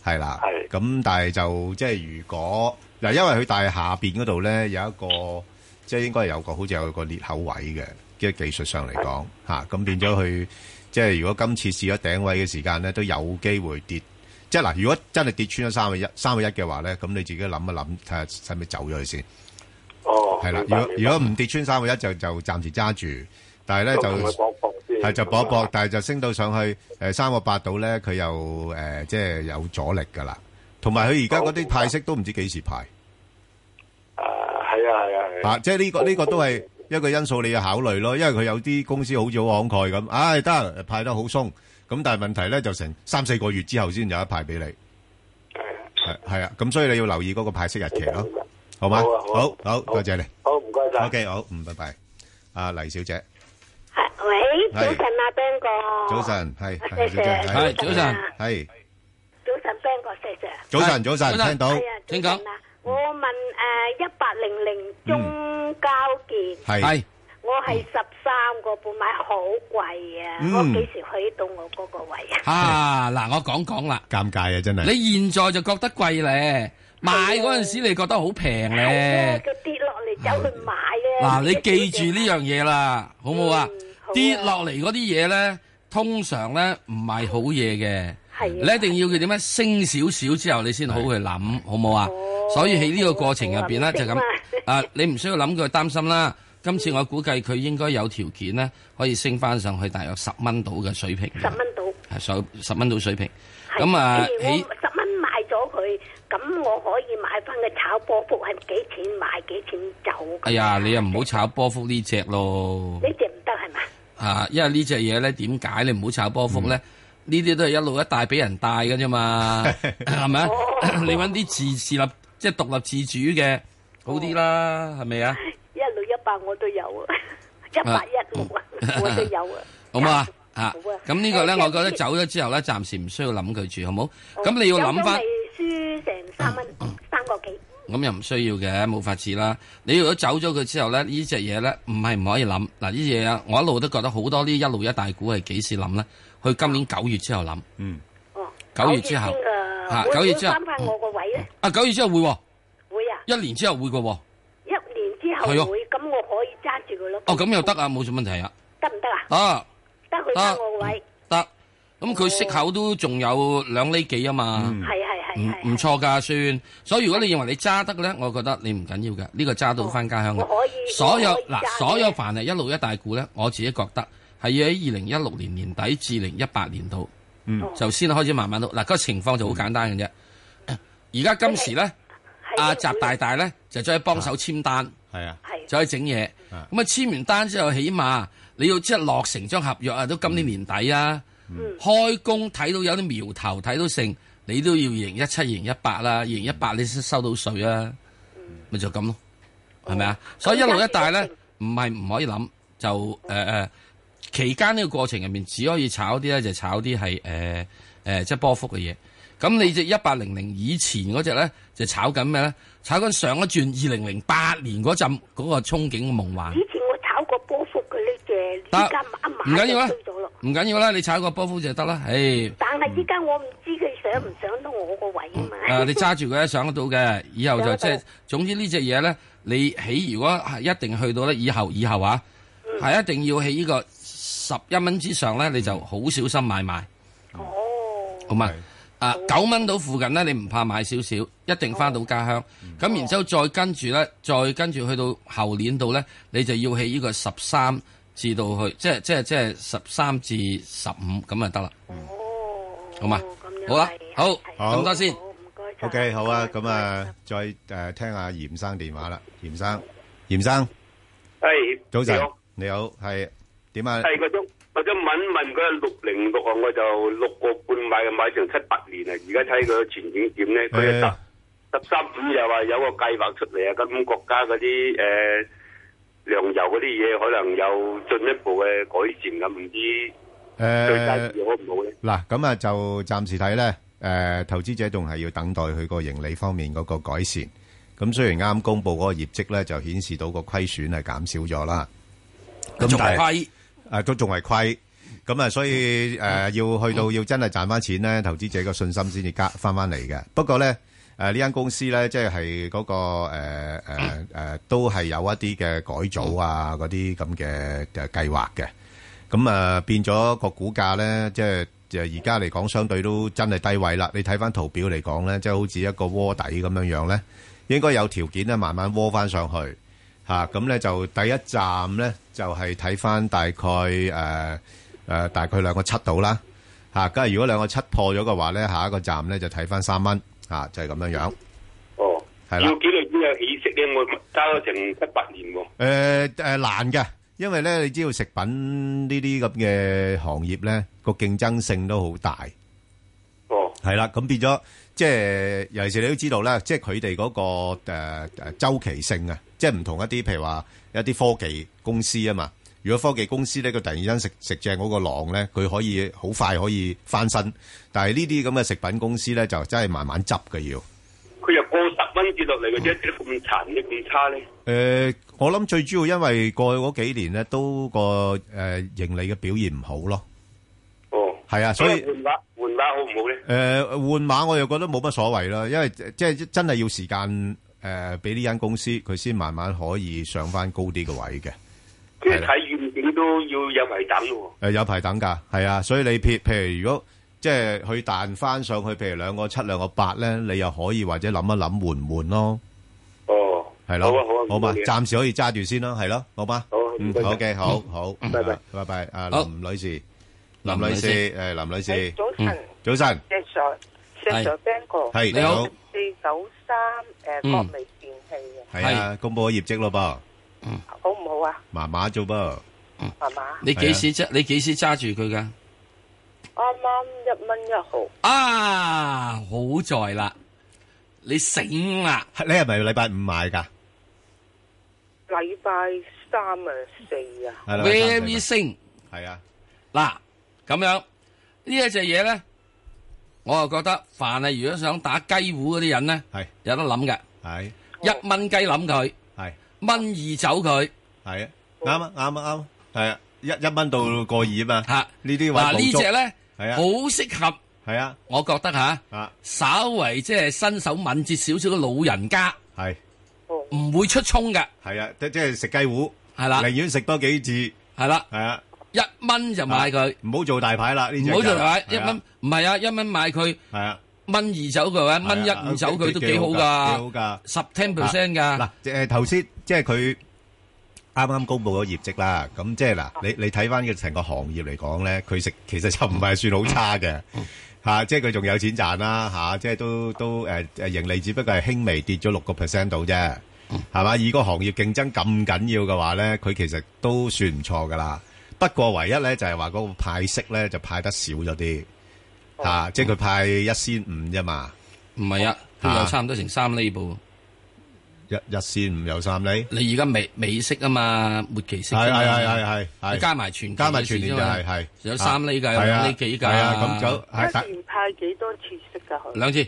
Speaker 3: 係啦。
Speaker 6: 係
Speaker 3: 咁，但係就即係如果嗱，因為佢大下邊嗰度咧有一個，即係應該有個好似有個裂口位嘅，即係技術上嚟講嚇，咁、變咗佢即係如果今次試咗頂位嘅時間咧，都有機會跌。即係嗱，如果真係跌穿咗三個一、三個一嘅話咧，咁你自己諗一諗，睇下使唔使走咗佢先。
Speaker 6: 哦，
Speaker 3: 係啦，
Speaker 6: 明
Speaker 3: 如
Speaker 6: 白
Speaker 3: 果如果唔跌穿三個一就就暫時揸住，但係咧
Speaker 6: 明白咁同佢
Speaker 3: 就
Speaker 6: 搏一搏先
Speaker 3: 係就搏一搏，但係就升到上去誒三個八度咧，佢又誒即係有阻力㗎啦。同埋佢而家嗰啲派息都唔知幾時派。
Speaker 6: 啊，係啊係啊係啊。
Speaker 3: 啊，即係呢個呢個都係一個因素你要考慮咯，因為佢有啲公司好似好慷慨咁，唉得派得好鬆，咁但係問題咧就成三四個月之後先有一派俾你，係係啊，咁所以你要留意嗰個派息日期咯，好嘛？
Speaker 6: 好啊好啊
Speaker 3: 好好多謝你
Speaker 6: 好，唔該晒。
Speaker 3: ，OK 好，嗯拜拜，阿黎小姐，
Speaker 7: 喂，早
Speaker 3: 係
Speaker 7: 晨啊，Ben
Speaker 3: 早。
Speaker 7: 哥。
Speaker 3: 晨，係
Speaker 7: 啊
Speaker 3: 係
Speaker 7: 謝
Speaker 3: 小姐，
Speaker 7: 謝。
Speaker 3: 係
Speaker 4: 早晨
Speaker 7: 啊
Speaker 3: 係
Speaker 7: 早晨，Ben 哥，謝謝。
Speaker 3: 早晨早晨
Speaker 4: 早晨
Speaker 3: 聽到
Speaker 7: 係啊，
Speaker 4: 請
Speaker 7: 早晨啊。我問誒一八零零中交建，
Speaker 3: 係
Speaker 4: 係
Speaker 7: 我係十三個半買，好貴啊！
Speaker 3: 嗯
Speaker 7: 我幾時去到我嗰個位啊？
Speaker 4: 啊，嗱，我講講啦，
Speaker 3: 尷尬啊真係，
Speaker 4: 你現在就覺得貴咧，買嗰陣時你覺得好平
Speaker 7: 係啊
Speaker 4: 咧。
Speaker 7: 佢跌落嚟走去買咧。
Speaker 4: 嗱，你記住呢樣嘢啦，好唔好啊
Speaker 7: 嗯好？啊
Speaker 4: 跌落嚟嗰啲嘢咧，通常咧唔係好嘢嘅，
Speaker 7: 係
Speaker 4: 你
Speaker 7: 啊
Speaker 4: 一定要佢點樣升少少之後，你先好去
Speaker 7: 哦
Speaker 4: 諗，好唔好啊？所以喺呢個過程入邊咧就咁
Speaker 7: 好啊
Speaker 4: 啊，你唔需要諗佢擔心啦。今次我估計佢應該有條件咧，可以升翻上去大約十蚊到嘅水平嘅，
Speaker 7: 十蚊到。
Speaker 4: 係上十蚊到水平。
Speaker 7: 係哎
Speaker 4: 咁啊，
Speaker 7: 譬如
Speaker 4: 喺
Speaker 7: 我十蚊買咗佢，咁我可以買翻個炒波幅係幾錢買幾錢走㗎？
Speaker 4: 哎呀，你又唔好炒波幅呢只咯。
Speaker 7: 呢只唔得係嘛？
Speaker 4: 啊，因為呢只嘢咧，點解你唔好炒波幅咧？呢啲都係一路一帶俾人帶嘅啫嘛，係咪啊？ 你揾啲自自立即係獨立自主嘅好啲啦，係咪啊？
Speaker 7: 一六一八我都有啊， 一八一六啊，我都有啊。
Speaker 4: 好嘛啊
Speaker 7: 好啊！
Speaker 4: 咁呢個咧，
Speaker 7: 誒嗯
Speaker 4: 我覺得走咗之後咧，暫時唔需要諗佢住，好冇？咁你要諗翻，
Speaker 7: 有咗咪輸成三蚊，三個幾？
Speaker 4: 咁又唔需要嘅，冇法子啦。你如果走咗佢之後咧，呢只嘢咧唔係唔可以諗嗱，呢只嘢啊我一路都覺得好多呢一路一帶股係幾時諗咧？去今年九月之後諗
Speaker 3: 嗯
Speaker 7: 哦，
Speaker 4: 九月之後
Speaker 7: 九先㗎
Speaker 4: 嚇
Speaker 7: 會唔會
Speaker 4: 九月之後
Speaker 7: 翻翻我個位咧，
Speaker 4: 啊，九月之後會喎，
Speaker 7: 會啊，
Speaker 4: 一年之後會嘅喎。
Speaker 7: 一年之
Speaker 4: 係啊
Speaker 7: 後會，咁我可以揸住佢咯。
Speaker 4: 哦，咁又得，啊，冇乜問題啊，
Speaker 7: 得唔得啊？
Speaker 4: 啊
Speaker 7: 得佢翻我個位，
Speaker 4: 得，咁佢息口都仲有兩厘幾啊嘛，
Speaker 7: 係係係
Speaker 4: 唔
Speaker 7: 係。
Speaker 4: 唔錯㗎算。所以如果你認為你揸得咧，我覺得你唔緊要嘅，呢個揸到翻家鄉
Speaker 7: 哦我可以
Speaker 4: 嘅。所有
Speaker 7: 我可以揸
Speaker 4: 嗱，
Speaker 7: 嘅
Speaker 4: 所有凡係一路一帶股咧，我自己覺得係要喺二零一六年年底至二零一八年度，
Speaker 3: 嗯
Speaker 4: 就先開始慢慢到嗱，個情況就好簡單嘅啫。而家今時咧，
Speaker 7: 嗯係
Speaker 4: 阿習大大咧就再幫手簽單。
Speaker 3: 係啊
Speaker 7: 係
Speaker 4: 就可以整嘢。咁
Speaker 3: 啊
Speaker 4: 啊簽完單之後，起碼你要即係落成張合約啊，都今年年底啊，開工睇到有啲苗頭，睇到成，你都要二零一七、二零一八啦，二零一八你先收到税啊，咪就咁咯，係咪啊？所以一路一帶咧，唔係唔可以諗，就誒誒期間呢個過程入面，只可以炒啲咧，就炒啲係誒誒，即係波幅嘅嘢。咁你只一八零零以前嗰只咧，就炒緊咩咧？炒緊上一轉二零零八年嗰陣嗰個憧憬嘅夢幻。
Speaker 7: 以前我炒過波幅嘅呢只，依
Speaker 4: 得
Speaker 7: 家一
Speaker 4: 唔
Speaker 7: 買
Speaker 4: 緊要
Speaker 7: 就
Speaker 4: 啦
Speaker 7: 追咗咯。，
Speaker 4: 唔緊要啦，你炒個波幅就得啦。唉，
Speaker 7: 但係依家我唔知佢上唔上到我個位啊嘛。
Speaker 4: 啊，你揸住佢上得到嘅，以後就即
Speaker 7: 上得
Speaker 4: 係
Speaker 7: 到
Speaker 4: 總之呢只嘢咧，你起如果係一定去到咧，以後以後啊，係一定要喺呢個十一蚊之上咧，你就好小心買賣，
Speaker 7: 哦，
Speaker 4: 好嘛？啊，九蚊到附近咧，你唔怕買少少，一定翻到家
Speaker 3: 哦
Speaker 4: 鄉。咁然之後再跟住咧，再跟住去到後年度咧，你就要喺呢個十三至到去，即係即係即係十三至十五咁就得啦。
Speaker 7: 哦，
Speaker 4: 好嘛
Speaker 7: 咁樣
Speaker 4: 好啦
Speaker 7: 係
Speaker 4: 好
Speaker 7: 係
Speaker 3: 咁
Speaker 4: 多先
Speaker 7: 好唔該晒
Speaker 3: OK，好 à, 啊，
Speaker 7: 唔該
Speaker 3: 咁啊，再誒聽下嚴生電話啦，嚴生，嚴生，
Speaker 6: 係
Speaker 3: 早
Speaker 6: 你
Speaker 3: 晨
Speaker 6: 好，
Speaker 3: 你好，係點啊？
Speaker 6: 係嗰種我想問問佢六零六啊，我就六個半買嘅，買成七八年啊，而家睇佢前景點咧？佢
Speaker 3: 誒
Speaker 6: 十十三五又話有個計劃出嚟啊，咁國家嗰啲誒糧油嗰啲嘢可能有進一步嘅改善咁，唔知對
Speaker 3: 誒
Speaker 6: 街。市好唔好咧？
Speaker 3: 嗱，咁啊就暫時睇咧，誒、投資者仲係要等待佢個盈利方面嗰個改善。咁雖然啱公布嗰個業績咧，就顯示到個虧損係減少咗啦。咁
Speaker 4: 仲
Speaker 3: 但係
Speaker 4: 虧
Speaker 3: 誒都仲係虧。咁啊，所以誒、要去到要真係賺翻錢咧，投資者個信心先至加翻翻嚟嘅。不過咧，誒呢間公司咧，即係嗰個誒誒誒，都係有一啲嘅改組啊，嗰啲咁嘅嘅計劃嘅。咁啊，變咗個股價咧，即係就而家嚟講，相對都真係低位啦。你睇翻圖表嚟講咧，即係好似一個窩底咁樣樣咧，應該有條件咧，慢慢窩翻上去嚇。咁、咧就第一站咧，就係睇翻大概誒誒、呃大概兩個七度啦嚇。咁、啊、如果兩個七破咗嘅話咧，下一個站咧就睇翻三蚊嚇，就係、咁樣樣。
Speaker 6: 哦，
Speaker 3: 係
Speaker 6: 要
Speaker 3: 啦
Speaker 6: 幾耐先有起色咧？我揸咗成七八年喎。
Speaker 3: 誒誒難嘅，因為咧你知道食品呢啲咁嘅行業咧個競爭性都好大。
Speaker 6: 哦，
Speaker 3: 係啦，咁變咗即係尤其是你都知道啦，即係佢哋嗰個誒、呃、週期性啊，即係唔同一啲譬如話一啲科技公司啊嘛。如果科技公司咧，佢突然間食食正嗰個浪咧，佢可以好快可以翻身。但係呢啲咁嘅食品公司咧，就真係慢慢執嘅要。誒、
Speaker 6: 佢又過十蚊跌落嚟嘅啫，點解咁殘嘅咁差咧？
Speaker 3: 我諗最主要因為過去嗰幾年咧，都個誒、呃盈利嘅表現唔好咯。
Speaker 6: 哦，
Speaker 3: 係啊，所以。
Speaker 6: 換馬換馬好唔好咧？
Speaker 3: 誒、換馬我又覺得冇乜所謂啦，因為即係真係要時間誒，俾呢間公司佢先慢慢可以上翻高啲嘅位嘅。誒、
Speaker 6: 即係睇遠景都要有圍膽咯。
Speaker 3: 有排等㗎，係啊，所以你譬譬如如果即係佢彈翻上去，譬如兩個七、兩個八咧，你又可以或者諗一諗換唔換咯，
Speaker 6: 哦，
Speaker 3: 係
Speaker 6: 好
Speaker 3: 咯，
Speaker 6: 啊好啊，
Speaker 3: 好嘛，
Speaker 6: 唔該你啊
Speaker 3: 暫時可以揸住先啦，係咯，好嘛，
Speaker 6: 好
Speaker 3: 嗯
Speaker 6: 唔該晒啊
Speaker 3: 好嘅，好好，
Speaker 6: 拜拜
Speaker 3: 啊拜拜，阿
Speaker 4: 好
Speaker 3: 林女士，
Speaker 4: 林
Speaker 3: 林女
Speaker 4: 女
Speaker 3: 士，
Speaker 4: 士
Speaker 3: 誒，林女
Speaker 8: 係
Speaker 3: 士，
Speaker 8: 早晨，
Speaker 3: 早晨，
Speaker 8: 石 Sir，石
Speaker 4: 係
Speaker 8: Sir Ben 哥，
Speaker 3: 係
Speaker 4: 你好
Speaker 8: 四九三誒
Speaker 4: 嗯
Speaker 8: 國美電器
Speaker 3: 係啊，公佈咗業績咯噃，
Speaker 8: 啊，好唔好
Speaker 7: à,
Speaker 8: 啊？
Speaker 3: 麻麻啫噃。
Speaker 8: 媽媽，
Speaker 3: 啊
Speaker 4: 你幾時揸？你幾時揸住佢噶？
Speaker 8: 啱啱一蚊一毫，
Speaker 4: 啊，好在啦，你醒啦，
Speaker 3: 你係咪禮拜五買㗎？
Speaker 8: 禮拜三啊四
Speaker 7: à.
Speaker 8: 啊，
Speaker 3: 係啦
Speaker 4: very 升
Speaker 3: 係啊，
Speaker 4: 嗱，咁樣呢一隻嘢咧，我又覺得凡係如果想打雞糊嗰啲人咧，
Speaker 3: 係
Speaker 4: 有得諗嘅，
Speaker 3: 係
Speaker 4: 一蚊雞諗佢，
Speaker 3: 係
Speaker 4: 蚊二走佢
Speaker 3: 係
Speaker 4: Oh。
Speaker 3: 啊，啱啊啱啊啱啊，係啊，一一蚊到過二啊嘛，
Speaker 4: 吓。
Speaker 3: 呢啲位
Speaker 4: 嗱
Speaker 3: 捕
Speaker 4: 呢
Speaker 3: 捉
Speaker 4: 只咧，
Speaker 3: 係啊
Speaker 4: 好適合，
Speaker 3: 係啊
Speaker 4: 我覺得吓，
Speaker 3: 啊
Speaker 4: 稍為即係新手敏捷少少嘅老人家，
Speaker 3: 係
Speaker 8: 哦，
Speaker 4: 唔會出衝嘅，
Speaker 3: 係啊，即即係食雞糊，
Speaker 4: 係啦
Speaker 3: 寧，願食多幾次，
Speaker 4: 係啦，
Speaker 3: 係啊，
Speaker 4: 一蚊就買佢。
Speaker 3: 唔好做大牌啦呢隻
Speaker 4: 唔
Speaker 3: 就，
Speaker 4: 好做大一
Speaker 3: 係啊
Speaker 4: 蚊，唔係啊，一蚊買佢
Speaker 3: 係啊，
Speaker 4: 蚊二走佢啊，蚊一
Speaker 3: 係啊
Speaker 4: 五走佢都幾好
Speaker 3: 幾好
Speaker 4: 噶，
Speaker 3: 㗎。
Speaker 4: 十 ten percent 噶
Speaker 3: 嗱，，誒頭先即係佢啱啱公布咗業績啦，咁即係嗱，你你睇翻嘅成個行業嚟講咧，佢食其實就唔係算好差嘅
Speaker 4: 嗯
Speaker 3: 嚇、即係佢仲有錢賺啦嚇、即係都都誒誒、盈利只不過係輕微跌咗六個 percent 度啫，
Speaker 4: 嗯
Speaker 3: 係嘛？以個行業競爭咁緊要嘅話咧，佢其實都算唔錯噶啦。不過唯一咧就係話嗰個派息咧就派得少咗啲
Speaker 4: 哦
Speaker 3: 嚇，
Speaker 4: 嗯
Speaker 3: 即係佢派一千五啫嘛。
Speaker 4: 唔係啊，都有差唔多成三厘部，
Speaker 3: 日日線唔由三厘，
Speaker 4: 你而家美美息啊嘛，末期息
Speaker 3: 係
Speaker 4: 啊嘛
Speaker 3: 係係係係
Speaker 4: 你加埋全
Speaker 3: 加埋全年就係係
Speaker 4: 係有三厘㗎，有
Speaker 3: 係啊
Speaker 4: 兩厘幾㗎，
Speaker 3: 係啊咁就係但
Speaker 8: 一年派幾多次息
Speaker 7: à,
Speaker 8: 㗎？佢
Speaker 4: 兩次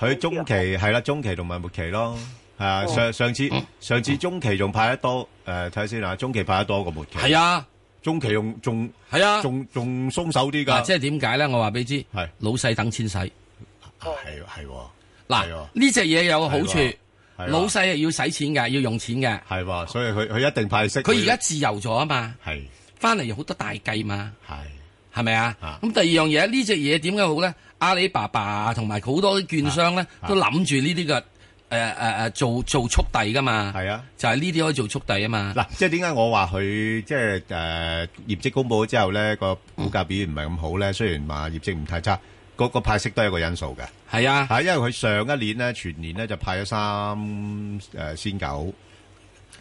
Speaker 3: 佢中期係啦，中期同埋末期咯，係啊，上上次
Speaker 4: 嗯
Speaker 3: 上次中期仲派得多，誒睇下先啊，中期派得多過末期，
Speaker 4: 係啊
Speaker 3: 中期用仲
Speaker 4: 係啊，
Speaker 3: 仲仲鬆手啲㗎
Speaker 4: 嗱，，即係點解咧？我話俾你知，
Speaker 3: 係
Speaker 4: 老細等錢使
Speaker 3: 係係喎
Speaker 4: 嗱
Speaker 3: 係喎
Speaker 4: 呢只嘢有好處
Speaker 3: 係喎，係喎啊
Speaker 4: 老細係要使錢㗎，要用錢㗎。
Speaker 3: 係喎，所以佢佢一定派息，
Speaker 4: 佢而家自由咗啊嘛，
Speaker 3: 係
Speaker 4: 翻嚟有好多大計嘛。
Speaker 3: 係
Speaker 4: 係咪
Speaker 3: 啊
Speaker 4: 啊？咁第二樣嘢呢只嘢點解好咧？阿里巴巴同埋好多啲券商咧
Speaker 3: 啊
Speaker 4: 都諗住呢啲嘅誒誒誒做做速遞噶嘛，
Speaker 3: 係啊。
Speaker 4: 就係呢啲可以做速遞啊嘛。
Speaker 3: 嗱，即係點解我話佢即係誒業績公佈咗之後咧，個股價表現唔係咁好咧？雖然話業績唔太差，個個派息都係一個因素嘅。
Speaker 4: 係啊，
Speaker 3: 係因為佢上一年咧全年咧就派咗三誒先九，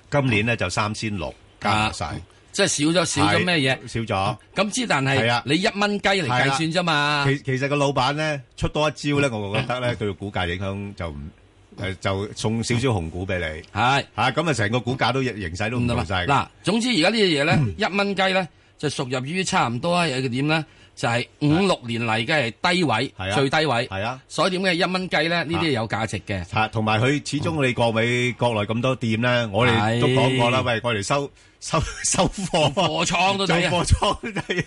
Speaker 3: 今年咧就三先六加埋曬，
Speaker 4: 即係少咗少咗咩嘢？
Speaker 3: 係少
Speaker 4: 咁之但
Speaker 3: 係
Speaker 4: 係
Speaker 3: 啊
Speaker 4: 你一蚊雞嚟計算啫嘛
Speaker 3: 咗。。其其實個老闆咧出多一招咧，我覺得 咧對股價影響就唔誒就送少少紅股俾你
Speaker 4: 係
Speaker 3: 嚇，咁啊成個股價都形勢都唔
Speaker 4: 咁
Speaker 3: 同
Speaker 4: 得嘛？
Speaker 3: 曬。
Speaker 4: 嗱，總之而家呢隻嘢
Speaker 3: 嗯
Speaker 4: 咧，一蚊雞咧就屬入於差唔多係點咧？就係五六年嚟嘅係低
Speaker 3: 係
Speaker 4: 位，
Speaker 3: 啊
Speaker 4: 最低位。
Speaker 3: 係啊。
Speaker 4: 所以點解一蚊雞咧？呢啲係有價值嘅。
Speaker 3: 吓，同埋佢始終你國美國內咁多店咧，我哋
Speaker 4: 係
Speaker 3: 都講過啦，喂，我哋收收收貨，
Speaker 4: 貨倉都
Speaker 3: 做
Speaker 4: 睇啊
Speaker 3: 貨倉都睇，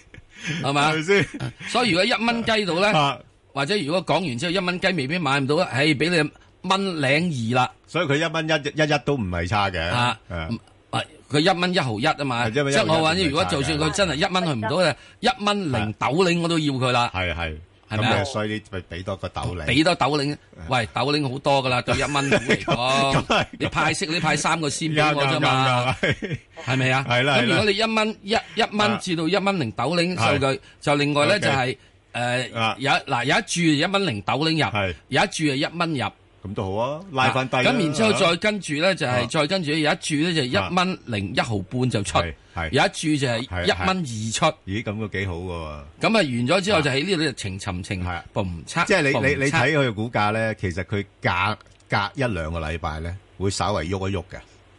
Speaker 4: 係嘛
Speaker 3: 係咪先？
Speaker 4: 所以如果一蚊雞到咧，
Speaker 3: 啊，
Speaker 4: 或者如果講完之後一蚊雞未必買唔到咧，唉，俾你蚊零二啦，
Speaker 3: 所以佢一蚊一一一都唔係差嘅，
Speaker 4: 啊
Speaker 3: 啊，
Speaker 4: 啊佢一蚊一毫一啊嘛，
Speaker 3: 係
Speaker 4: 即
Speaker 3: 一蚊一毫
Speaker 4: 係
Speaker 3: 一
Speaker 4: 我話
Speaker 3: 唔係
Speaker 4: 如果就算
Speaker 3: 差嘅
Speaker 4: 佢真係一蚊去唔到咧，一蚊零斗零我都要佢啦，
Speaker 3: 係係，
Speaker 4: 係咪
Speaker 3: 咁
Speaker 4: 啊
Speaker 3: 啊，所以你咪俾多個豆你，
Speaker 4: 俾多斗零，喂斗零好多噶 啦，對一蚊股嚟
Speaker 3: 啊咁咁係
Speaker 4: 講，你派息你派三個先俾我啫嘛，
Speaker 3: 啱，啱啱
Speaker 4: 係咪啊？
Speaker 3: 係啦係啦
Speaker 4: 咁如果你一蚊一一
Speaker 3: 啊
Speaker 4: 蚊至到一蚊零斗零
Speaker 3: 係
Speaker 4: 數據，就另外咧
Speaker 3: OK
Speaker 4: 就係
Speaker 3: 啊
Speaker 4: 誒有一嗱有一注係一蚊零斗零入
Speaker 3: 係，
Speaker 4: 有一注係一蚊入。
Speaker 3: 咁都好啊，拉翻低啦，
Speaker 4: 咁然之後
Speaker 3: 係
Speaker 4: 再跟住咧就
Speaker 3: 啊
Speaker 4: 係再跟住有一注咧就一
Speaker 3: 啊
Speaker 4: 蚊零一毫半就出，
Speaker 3: 係係
Speaker 4: 有一注就係
Speaker 3: 係
Speaker 4: 一蚊二出。
Speaker 3: 咦，咁都幾好嘅喎。
Speaker 4: 咁啊完咗之
Speaker 3: 啊
Speaker 4: 後就喺呢度就情尋情
Speaker 3: 係啊
Speaker 4: 唔測，
Speaker 3: 即係你你你
Speaker 4: 嘣
Speaker 3: 睇
Speaker 4: 嚓
Speaker 3: 佢嘅股價咧，其實佢隔隔一兩個禮拜咧，會稍微喐一喐嘅。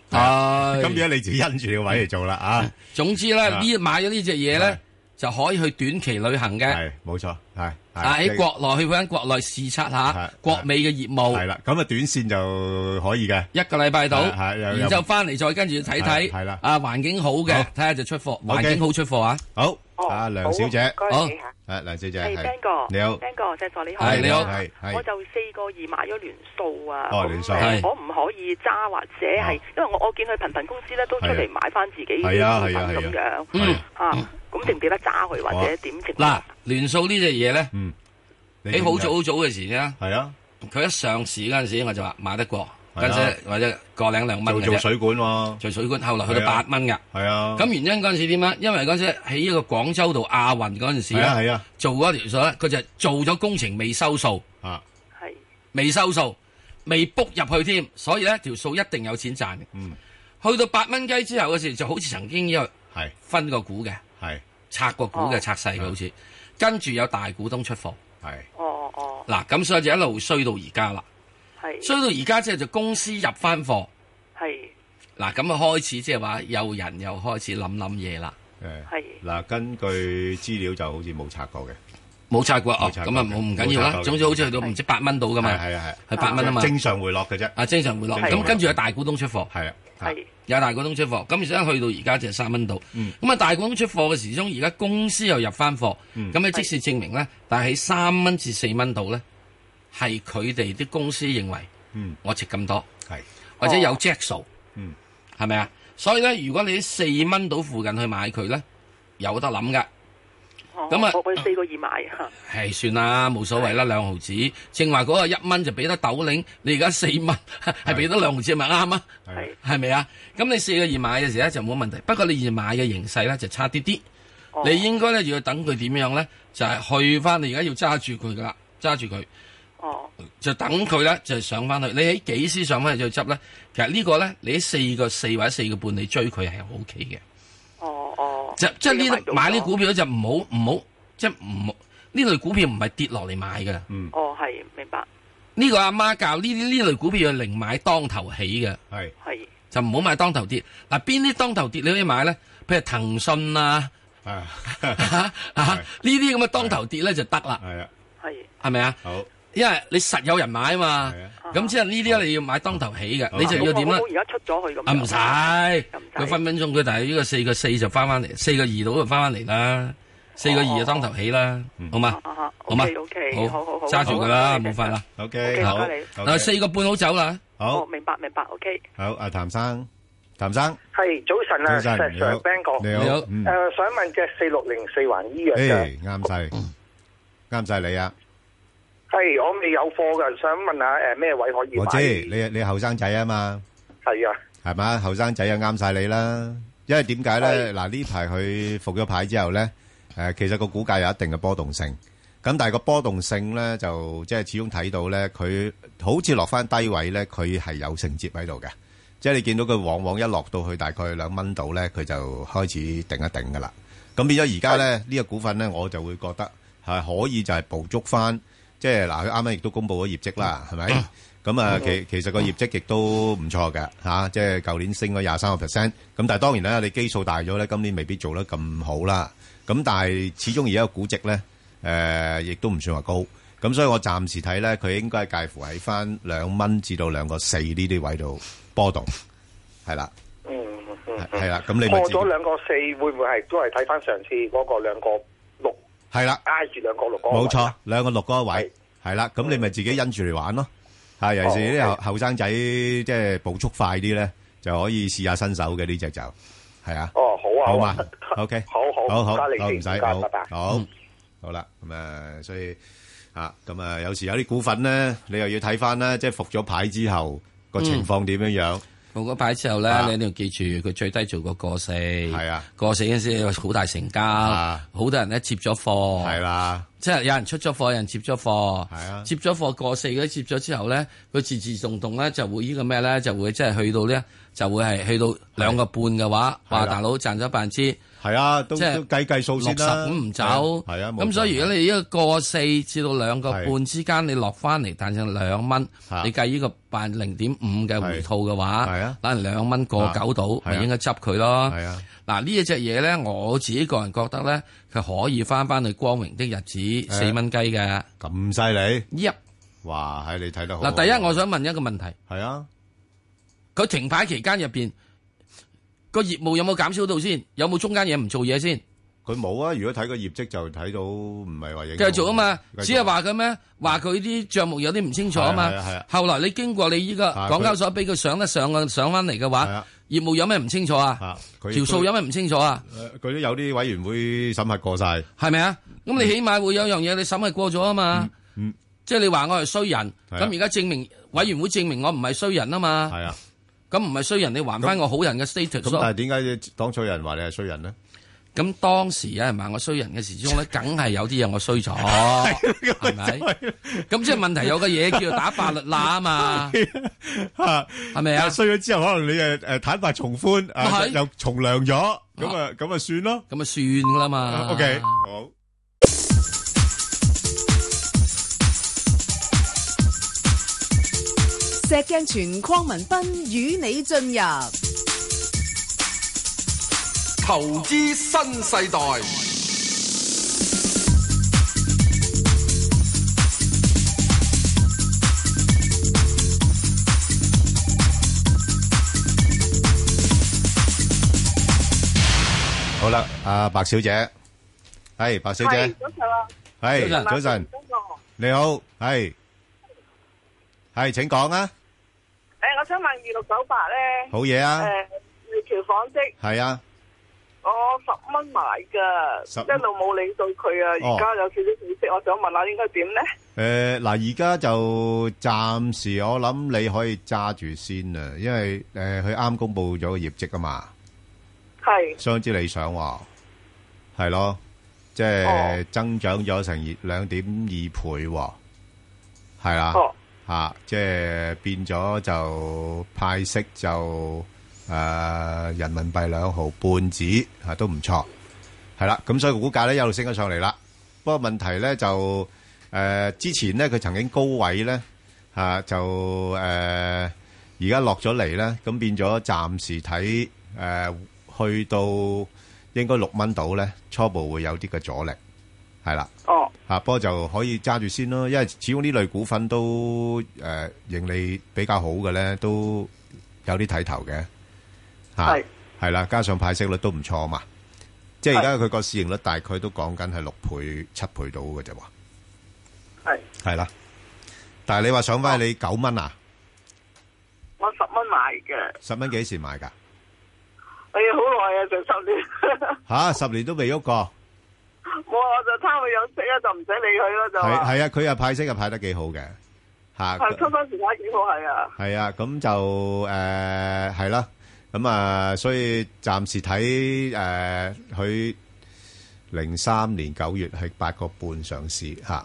Speaker 4: 係
Speaker 3: 咁而家你自己因住個位嚟做啦啊！
Speaker 4: 總之咧
Speaker 3: 啊
Speaker 4: 呢買咗呢只嘢
Speaker 3: 係
Speaker 4: 咧就可以去短期旅行嘅，
Speaker 3: 係冇錯，係係
Speaker 4: 啊喺
Speaker 3: 即係
Speaker 4: 國內去翻國內視察
Speaker 3: 係
Speaker 4: 下國美嘅業
Speaker 3: 係
Speaker 4: 務，
Speaker 3: 啦，咁啊短線就可以嘅，
Speaker 4: 一個禮拜到，
Speaker 3: 係係有有
Speaker 4: 然之後翻嚟再跟住睇
Speaker 3: 係係啦
Speaker 4: 睇，啊環境好嘅
Speaker 3: 好
Speaker 4: 睇下就出貨，
Speaker 3: OK
Speaker 4: 環境好出貨啊，
Speaker 3: 好
Speaker 8: 哦
Speaker 3: 啊，梁小姐，
Speaker 8: 好唔該你嚇
Speaker 3: 啊梁小姐
Speaker 8: 係
Speaker 3: 係
Speaker 8: Ben 哥，
Speaker 3: 你好，
Speaker 8: ，Ben 哥，石 Sir 你好，啊
Speaker 4: 係你好
Speaker 3: 係係
Speaker 8: 我就四個二買咗聯數啊，
Speaker 3: 哦
Speaker 8: 咁
Speaker 3: 聯數
Speaker 8: 誒
Speaker 4: 係
Speaker 8: 可唔可以揸或者係，
Speaker 3: 哦
Speaker 8: 因為我我見佢頻頻公司咧都出
Speaker 3: 係
Speaker 8: 嚟
Speaker 3: 啊
Speaker 8: 買翻自己啲
Speaker 3: 係啊
Speaker 8: 股
Speaker 3: 係啊哦
Speaker 8: 份咁
Speaker 3: 係
Speaker 8: 樣，
Speaker 3: 係
Speaker 4: 嗯
Speaker 8: 啊，咁值唔值得揸佢或者點值？
Speaker 4: 嗱聯數呢隻嘢咧
Speaker 3: 嗯，
Speaker 4: 喺好早好早嘅時咧。
Speaker 3: 係啊，
Speaker 4: 佢一上市嗰陣時，我就話買得過，
Speaker 3: 係啊
Speaker 4: 跟住或者個零兩
Speaker 3: 做
Speaker 4: 蚊嘅
Speaker 3: 做
Speaker 4: 啫。
Speaker 3: 水管喎，
Speaker 4: 做水管，後來去
Speaker 3: 係
Speaker 4: 到
Speaker 3: 啊
Speaker 4: 八蚊噶。
Speaker 3: 係啊，
Speaker 4: 咁原因嗰陣時點咧？因為嗰陣時喺呢個廣州度亞運嗰陣時
Speaker 3: 係啊係
Speaker 4: 咧
Speaker 3: 啊，
Speaker 4: 做嗰條數咧，佢就做咗工程未收數，
Speaker 3: 啊，
Speaker 8: 係
Speaker 4: 未收數，未 book 入去添，所以咧條數一定有錢賺嘅。
Speaker 3: 嗯，
Speaker 4: 去到八蚊雞之後嘅時，就好似曾經有
Speaker 3: 係
Speaker 4: 分過股嘅，
Speaker 3: 係
Speaker 4: 拆過股嘅，
Speaker 8: 哦
Speaker 4: 拆細
Speaker 3: 啊
Speaker 4: 嘅好似，跟住有大股東出貨。
Speaker 3: 係
Speaker 8: 哦哦
Speaker 4: 嗱，咁所以就一路衰到而家啦，
Speaker 8: 係
Speaker 4: 衰到而家之後就公司入翻貨。
Speaker 8: 係
Speaker 4: 嗱，咁啊開始即係話有人又開始諗諗嘢啦，
Speaker 3: 誒
Speaker 8: 係，
Speaker 3: 嗱，根據資料就好似冇察覺嘅，
Speaker 4: 冇拆過
Speaker 3: 冇
Speaker 4: 哦，
Speaker 3: 拆過
Speaker 4: 咁啊冇唔緊要
Speaker 3: 冇拆過
Speaker 4: 啦。總之好似去到唔知八蚊到噶嘛，
Speaker 3: 係啊
Speaker 4: 係八蚊啊嘛
Speaker 3: 係，，正常回落嘅啫，
Speaker 4: 啊正常回落。
Speaker 3: 正常
Speaker 4: 咁跟住有大股東出貨，
Speaker 3: 係啊，
Speaker 8: 係
Speaker 4: 有大股東出貨，咁而家去到而家就係三蚊到。
Speaker 3: 嗯
Speaker 4: 咁啊大股東出貨嘅時鐘，而家公司又入翻貨，
Speaker 3: 嗯
Speaker 4: 咁啊即使證明咧，但係喺三蚊至四蚊度咧，係佢哋啲公司認為
Speaker 3: 嗯
Speaker 4: 我值咁多，
Speaker 3: 係
Speaker 4: 或者有 jack 數，
Speaker 3: 哦嗯
Speaker 4: 係咪啊？所以咧，如果你喺四蚊到附近去買佢咧，有得諗噶。
Speaker 8: 哦
Speaker 4: 咁啊
Speaker 8: 我我四個二買啊嚇，
Speaker 4: 唉，算啦，冇所謂啦，兩毫子。正話嗰個一蚊就俾得豆領，你而家四蚊 係俾得兩毫子，咪啱啊？
Speaker 3: 係
Speaker 4: 係咪啊？咁你四個二買嘅時咧就冇問題，不過你二買嘅形勢咧就差啲啲。
Speaker 8: 哦
Speaker 4: 你應該咧要等佢點樣咧，就係、去翻你而家要揸住佢噶啦，揸住佢
Speaker 8: 哦
Speaker 4: 就等佢咧就上翻去。你喺幾時上翻去再執咧？其實呢個咧，你喺四個四或者四個半你追佢係 O K 嘅。
Speaker 8: 哦哦，
Speaker 4: 就即係
Speaker 8: 呢
Speaker 4: 呢
Speaker 8: 個買
Speaker 4: 類買
Speaker 8: 到
Speaker 4: 呢
Speaker 8: 咗
Speaker 4: 股票就唔 好唔好，即係唔好呢類股票唔係跌落嚟買嘅。
Speaker 8: 哦係明白
Speaker 4: 呢個阿媽教呢啲呢類股票要零買當頭起嘅，
Speaker 3: 係
Speaker 5: 系
Speaker 4: 就唔好買當頭跌。嗱，邊啲當頭跌你可以買咧？譬如騰 訊啊，
Speaker 3: 啊，
Speaker 4: 啊呢啲咁嘅當頭跌咧就得啦，
Speaker 3: 係啊，
Speaker 5: 系
Speaker 4: 係咪啊？
Speaker 3: 好
Speaker 4: 因為你實有人買啊嘛
Speaker 3: 係啊，
Speaker 4: 咁即係呢啲你要買當頭起嘅，你就要點咧？
Speaker 8: 而家出咗哦啊去咁樣。
Speaker 4: 啊唔使，
Speaker 8: 使
Speaker 4: 佢分分鐘佢但係呢個四個四就翻翻嚟，四個二度就翻翻嚟啦，四個二就當頭起啦，好嘛？
Speaker 8: 啊
Speaker 4: 好嘛
Speaker 8: ，OK，OK，好好好，
Speaker 4: 揸住佢啦，冇法啦。
Speaker 3: ，OK，
Speaker 8: OK，
Speaker 3: 好，
Speaker 8: 唔該你。
Speaker 3: 好
Speaker 4: 嗱，四個半好走啦，
Speaker 8: 好，
Speaker 3: 好
Speaker 8: 明白明白，OK。
Speaker 3: 好，阿譚生，譚生，
Speaker 9: 系早晨啊，
Speaker 3: 早
Speaker 9: 石
Speaker 3: 晨，你
Speaker 9: Sir
Speaker 3: 好
Speaker 9: Ben 哥，，
Speaker 3: 你
Speaker 4: 你
Speaker 3: 好
Speaker 4: 好，
Speaker 3: 嗯
Speaker 9: 诶、，想問隻四六零四環醫藥嘅，
Speaker 3: 誒，啱晒，啱晒你啊，
Speaker 9: 係我未有貨嘅，想問下诶咩位可以買？
Speaker 3: 我知，你你後生仔啊嘛。
Speaker 9: 系啊，
Speaker 3: 系嘛，後生仔啊啱晒你啦。因為點解咧？嗱呢排佢復咗牌之後咧，诶、其實個股價有一定嘅波動性。咁但係個波動性咧，就即係始終睇到咧，佢好似落翻低位咧，佢係有承接喺度嘅。即係你見到佢往往一落到去大概兩蚊度咧，佢就開始定一定噶啦。咁變咗而家咧呢個股份咧，我就會覺得係可以就係捕捉翻，即係嗱，佢啱啱亦都公布咗業績啦，係咪？咁啊，其其實個業績亦都唔錯嘅嚇，啊即係舊年升咗廿三個 percent。咁但係當然啦，你基數大咗咧，今年未必做得咁好啦。咁但係始終而家個估值咧，誒亦都唔算話高。咁所以我暫時睇咧，佢應該係介乎喺翻兩蚊至到兩個四呢啲位度波動，係啦，
Speaker 9: 嗯嗯嗯
Speaker 3: 係係啦。咁你咪
Speaker 9: 過
Speaker 3: 自己
Speaker 9: 咗兩個四，會唔會係都係睇翻上次嗰個兩個六
Speaker 3: 係啦。
Speaker 9: 挨住兩個六嗰個位
Speaker 3: 冇
Speaker 9: 啊
Speaker 3: 錯，兩個六嗰個位係啦，咁
Speaker 9: 嗯
Speaker 3: 你咪自己因住嚟玩咯。係，尤其是啲
Speaker 9: 哦
Speaker 3: 後後生仔，即係捕捉快啲咧，就可以試下新手嘅呢只就係啊。
Speaker 9: 哦，好啊，
Speaker 3: 好
Speaker 9: 啊
Speaker 3: 嘛，OK，
Speaker 9: 好好，
Speaker 3: 好好，
Speaker 9: 唔該你
Speaker 3: 好
Speaker 9: 先
Speaker 3: 唔使，
Speaker 9: 唔該
Speaker 3: 好
Speaker 9: 拜拜。
Speaker 3: 好好啦，咁啊，所以啊，咁啊，有時有啲股份咧，你又要睇翻咧，即係復咗牌之後個情況點樣樣，
Speaker 4: 報咗牌之後咧，
Speaker 3: 啊
Speaker 4: 你一定要記住佢最低做個過四，係
Speaker 3: 啊，
Speaker 4: 過四嗰陣時有好大成交，
Speaker 3: 啊
Speaker 4: 好多人咧接咗貨，
Speaker 3: 係啦，
Speaker 4: 即係有人出咗貨，有人接咗貨，
Speaker 3: 係啊
Speaker 4: 接咗貨過四嗰啲接咗之後咧，佢自自動動咧就會呢個咩咧，就會即係去到咧，就會係去到兩個半嘅話，
Speaker 3: 係啦
Speaker 4: 哇大佬賺咗百分之
Speaker 3: 係啊，都
Speaker 4: 即係
Speaker 3: 都計計數
Speaker 4: 六
Speaker 3: 先
Speaker 4: 十
Speaker 3: 啦，
Speaker 4: 五唔走，
Speaker 3: 係啊，冇
Speaker 4: 咁所以
Speaker 3: 錯
Speaker 4: 如果你呢個過四至到兩個
Speaker 3: 係
Speaker 4: 半之間，你落翻嚟，但剩兩蚊
Speaker 3: 嚇，
Speaker 4: 你計呢個百零點五嘅回吐嘅
Speaker 3: 係啊
Speaker 4: 話，可能兩蚊過九度，
Speaker 3: 係啊
Speaker 4: 咪應該執佢咯。
Speaker 3: 係啊，
Speaker 4: 嗱呢一隻嘢咧，我自己個人覺得咧，佢可以翻翻去光榮的日子
Speaker 3: 啊
Speaker 4: 四蚊雞嘅。
Speaker 3: 咁犀利，
Speaker 4: 一
Speaker 3: 哇，係你睇得好啊
Speaker 4: 嗱，第一我想問一個問題，
Speaker 3: 係啊。
Speaker 4: 佢停牌期間入邊個業務有冇減少到先？有冇中間嘢唔做嘢先？
Speaker 3: 佢冇啊！如果睇個業績就睇到唔係話影響
Speaker 4: 繼續啊嘛，
Speaker 3: 繼續
Speaker 4: 只係話佢咩？話佢啲帳目有啲唔清楚啊嘛
Speaker 3: 係啊係啊係啊。
Speaker 4: 後來你經過你依個
Speaker 3: 啊
Speaker 4: 港交所俾佢上得上嘅上翻嚟嘅
Speaker 3: 係
Speaker 4: 話
Speaker 3: 啊，
Speaker 4: 業務有咩唔清楚啊？
Speaker 3: 啊，佢
Speaker 4: 條數有咩唔清楚啊？
Speaker 3: 誒佢都有啲委員會審核過晒，
Speaker 4: 係咪啊？咁你起碼會有樣嘢你審係過咗啊嘛。
Speaker 3: 嗯嗯嗯
Speaker 4: 即係你話我係衰人，
Speaker 3: 係啊
Speaker 4: 咁而家證明委員會證明我唔係衰人啊嘛。
Speaker 3: 係啊。
Speaker 4: 咁唔係衰人，你還翻我好人嘅 status
Speaker 3: 咁
Speaker 4: 咯
Speaker 3: 但係點解當初有人話你係衰人咧？
Speaker 4: 咁當時有人話我衰人嘅時鐘咧，梗係有啲嘢我衰 咗，係咪？
Speaker 3: 啊
Speaker 4: 咁即係問題有個嘢叫做打法律罅啊嘛，
Speaker 3: 嚇
Speaker 4: 係咪啊？
Speaker 3: 衰咗之後，可能你誒誒坦白從寬，啊
Speaker 4: 係
Speaker 3: 又從良咗，咁啊咁啊算咯。
Speaker 4: 咁咪算噶啦嘛。
Speaker 3: 啊 OK，好。
Speaker 1: 石鏡泉邝文斌與你進入
Speaker 2: 投資新世代，
Speaker 3: 好啦，阿白小姐，係白小姐，
Speaker 8: 早晨啊，
Speaker 3: 係
Speaker 4: 早
Speaker 3: 早
Speaker 4: 晨
Speaker 3: 晨，你好，係係請講啊，
Speaker 8: 誒，我想問二六九八咧，
Speaker 3: 好嘢啊，
Speaker 8: 誒，你條紡織，
Speaker 3: 係啊，
Speaker 8: 我十蚊買噶，
Speaker 3: 十
Speaker 8: 一路冇理到佢啊，
Speaker 3: 哦
Speaker 8: 而家有少少利息，我想問下應該點咧？
Speaker 3: 诶，呃嗱、而家就暫時我諗你可以揸住先啊，因為诶佢啱公布咗個業績啊嘛，
Speaker 8: 係
Speaker 3: 相當之理想喎、係咯，即係
Speaker 8: 哦
Speaker 3: 增長咗成兩點二倍喎、係啦，吓、
Speaker 8: 哦
Speaker 3: 即係變咗就派息就诶、呃人民幣兩毫半紙啊，都唔錯。係啦，咁所以股價咧一路升咗上嚟啦。不過問題咧就誒、呃之前咧佢曾經高位咧係啊，就呃誒而家落咗嚟咧，咁變咗暫時睇誒、呃去到應該六蚊度咧，初步會有啲嘅阻力，係啦。
Speaker 8: 哦，
Speaker 3: 啊，不過就可以揸住先咯，因為始終呢類股份都誒、呃盈利比較好嘅咧，都有啲睇頭嘅嚇，
Speaker 8: 係
Speaker 3: 係啦，加上派息率都唔錯嘛，即係而家佢個市盈率大概都講緊係六倍、七倍到嘅啫喎，
Speaker 8: 係
Speaker 3: 係啦，但係你話上翻你九蚊啊，
Speaker 8: 我十蚊買嘅，
Speaker 3: 十蚊幾時買㗎？
Speaker 8: 哎呀，好耐啊，成十年，
Speaker 3: 嚇、十年都未喐過，
Speaker 8: 我我就貪佢有息啊，就唔使理佢啦，就
Speaker 3: 係
Speaker 8: 話
Speaker 3: 係啊，佢又派息又派得幾好嘅嚇。
Speaker 8: 係初初時買幾好係啊，
Speaker 3: 系啊，咁就诶系啦，咁啊，所以暫時睇诶佢零三年九月係八個半上市吓、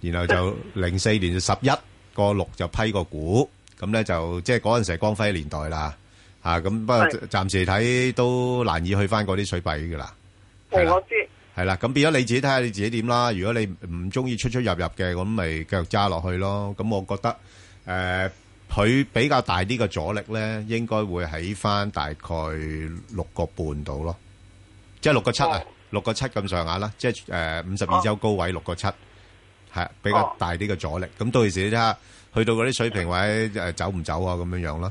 Speaker 3: 然 後就零四年就十一個六就批個股，咁咧就即係嗰阵时係光輝年代啦吓，咁、不過
Speaker 8: 係
Speaker 3: 暫時睇都難以去翻嗰啲水幣噶啦，係啦
Speaker 8: 我知
Speaker 3: 係啦，咁變咗你自己睇下你自己點啦。如果你唔中意出出入入嘅，咁咪繼續揸落去咯。咁我覺得诶，佢、比較大啲嘅阻力咧，應該會喺翻大概六個半度咯，即係六個七啊
Speaker 8: 哦，
Speaker 3: 六個七咁上下啦。即係诶五十二周高位六個七，係比較
Speaker 8: 哦
Speaker 3: 大啲嘅阻力。咁到時你睇下去到嗰啲水平位诶、誒走唔走啊咁樣樣啦。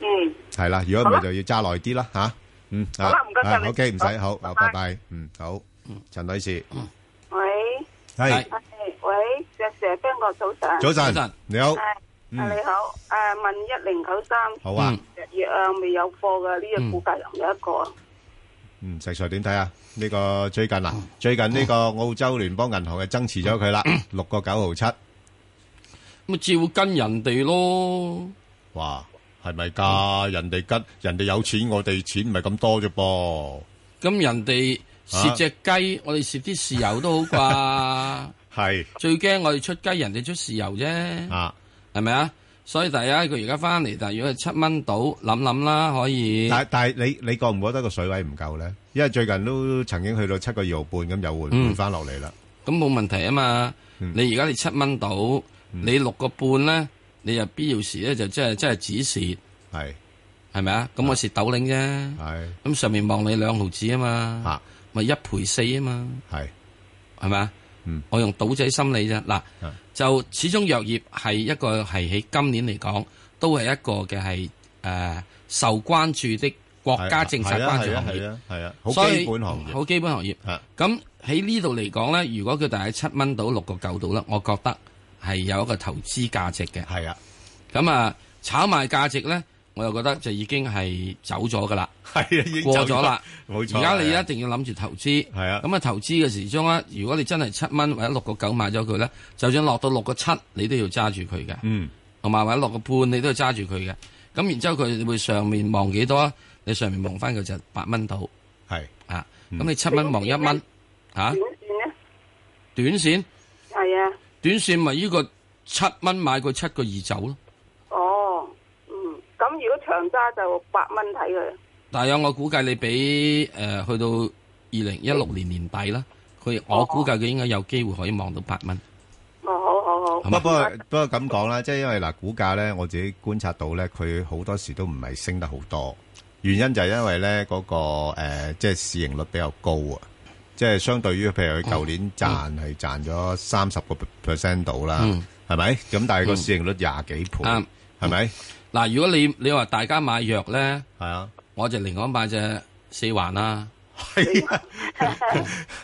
Speaker 8: 嗯。
Speaker 3: 係啦，如果唔
Speaker 8: 好啦
Speaker 3: 係就要揸耐啲啦吓。嗯，
Speaker 8: 好啦唔該晒你
Speaker 3: O K，唔使好，
Speaker 8: 好
Speaker 3: 啊
Speaker 8: 拜拜
Speaker 3: 拜拜。嗯，好，陳女士。
Speaker 8: 喂，
Speaker 3: 係，
Speaker 8: 喂，石 Sir，邊個早晨？
Speaker 3: 早晨，
Speaker 4: 早晨。
Speaker 3: 你好，嗯
Speaker 8: 啊你好，
Speaker 7: À,
Speaker 8: 誒問一零九三
Speaker 3: 好啊，
Speaker 4: 嗯。
Speaker 7: Dạ,
Speaker 8: 日月啊未有貨嘅呢
Speaker 4: 嗯
Speaker 8: 只股價有冇一個？
Speaker 3: 嗯，石Sir點睇啊？呢個最近啊，最近呢個澳洲聯邦銀行就增持咗佢啦，6.97。
Speaker 4: 咁照跟人哋咯。
Speaker 3: 哇，係咪㗎？人哋吉-人哋有錢，我哋錢唔係咁多啫噃。係，
Speaker 4: 咁人哋蝕只
Speaker 3: 啊
Speaker 4: 雞，我哋蝕啲豉油都好 啩。最驚我哋出雞，人哋出豉油啫，係咪啊？所以第一，佢而家翻嚟，但如果係七蚊到，諗諗啦，可以。
Speaker 3: 啊，但-但係你-你覺唔覺得個水位唔夠呢？因為最近都曾經去到7.25咁又回-
Speaker 4: 嗯。
Speaker 3: 回返落嚟啦。
Speaker 4: 咁冇問題啊嘛。
Speaker 3: 嗯
Speaker 4: 你而家你七蚊到，你六個半咧，你就必要時咧就即係即係止蝕，係咪啊？咁我蝕豆領
Speaker 3: 係，係，
Speaker 4: 啫。
Speaker 3: 嚇，係。
Speaker 4: 咁上面望你兩毫子啊嘛，咪一賠四啊嘛，係咪啊
Speaker 3: 嗯？
Speaker 4: 我用賭仔心理啫。嗱
Speaker 3: 啊，
Speaker 4: 就始終藥業係一個係喺今年嚟講，都係一個嘅係誒受關注的國家政策
Speaker 3: 係啊，
Speaker 4: 關注行業。
Speaker 3: 係啊，係啊，係啊，好
Speaker 4: 所以
Speaker 3: 基本行業。
Speaker 4: 好基本行業。
Speaker 3: 啊
Speaker 4: 咁喺呢度嚟講咧，如果佢大概七蚊到六個九到咧，我覺得係有一個投資價值嘅。咁啊，炒賣價值咧，我又覺得就已經係走咗噶啦，
Speaker 3: 係啊，係啊，已經
Speaker 4: 過咗
Speaker 3: 走咗。
Speaker 4: 啦。而
Speaker 3: 冇錯，
Speaker 4: 家你
Speaker 3: 係啊。
Speaker 4: 一定要諗住投資。
Speaker 3: 係啊
Speaker 4: 咁啊，投資嘅時鐘咧，如果你真係七蚊或者六個九買咗佢咧，就算落到六個七，你都要揸住佢嘅。
Speaker 3: 嗯。
Speaker 4: 同埋或者落個半，你都要揸住佢嘅。咁然之後佢會上面望幾多啊？你上面望翻佢就八蚊到。
Speaker 3: 係
Speaker 4: 啊，
Speaker 3: 嗯
Speaker 4: 咁你七蚊望一蚊，啊
Speaker 8: 短，線咧
Speaker 4: 短線
Speaker 8: 係
Speaker 7: à?
Speaker 8: 啊，
Speaker 4: 短線咪呢個七蚊買佢七個二走咯，
Speaker 8: 哦，嗯，
Speaker 7: Ừ.
Speaker 8: 咁如果長揸就八蚊睇佢。
Speaker 4: 大約我估計你俾誒、呃去到二零一六年年底啦，佢我估計佢應該有機會可以望到八蚊，
Speaker 8: 哦，好好好，
Speaker 4: 好
Speaker 3: 不
Speaker 4: 嘛？
Speaker 3: 過不過咁講啦，即係因為嗱，股價咧，我自己觀察到咧，佢好多時都唔係升得好多，原因就係因為咧嗰、個、呃、即係市盈率比較高啊，即係相對於譬如佢舊年賺係賺咗三十個 percent 到啦
Speaker 4: 嗯，
Speaker 3: 係咪、咁但係個市盈率廿幾倍，
Speaker 4: 啱
Speaker 3: 係咪？係、
Speaker 4: 嗱，如果你你話大家買藥咧，
Speaker 3: 啊，
Speaker 4: 我就寧可買隻四環啦，
Speaker 3: 係啊，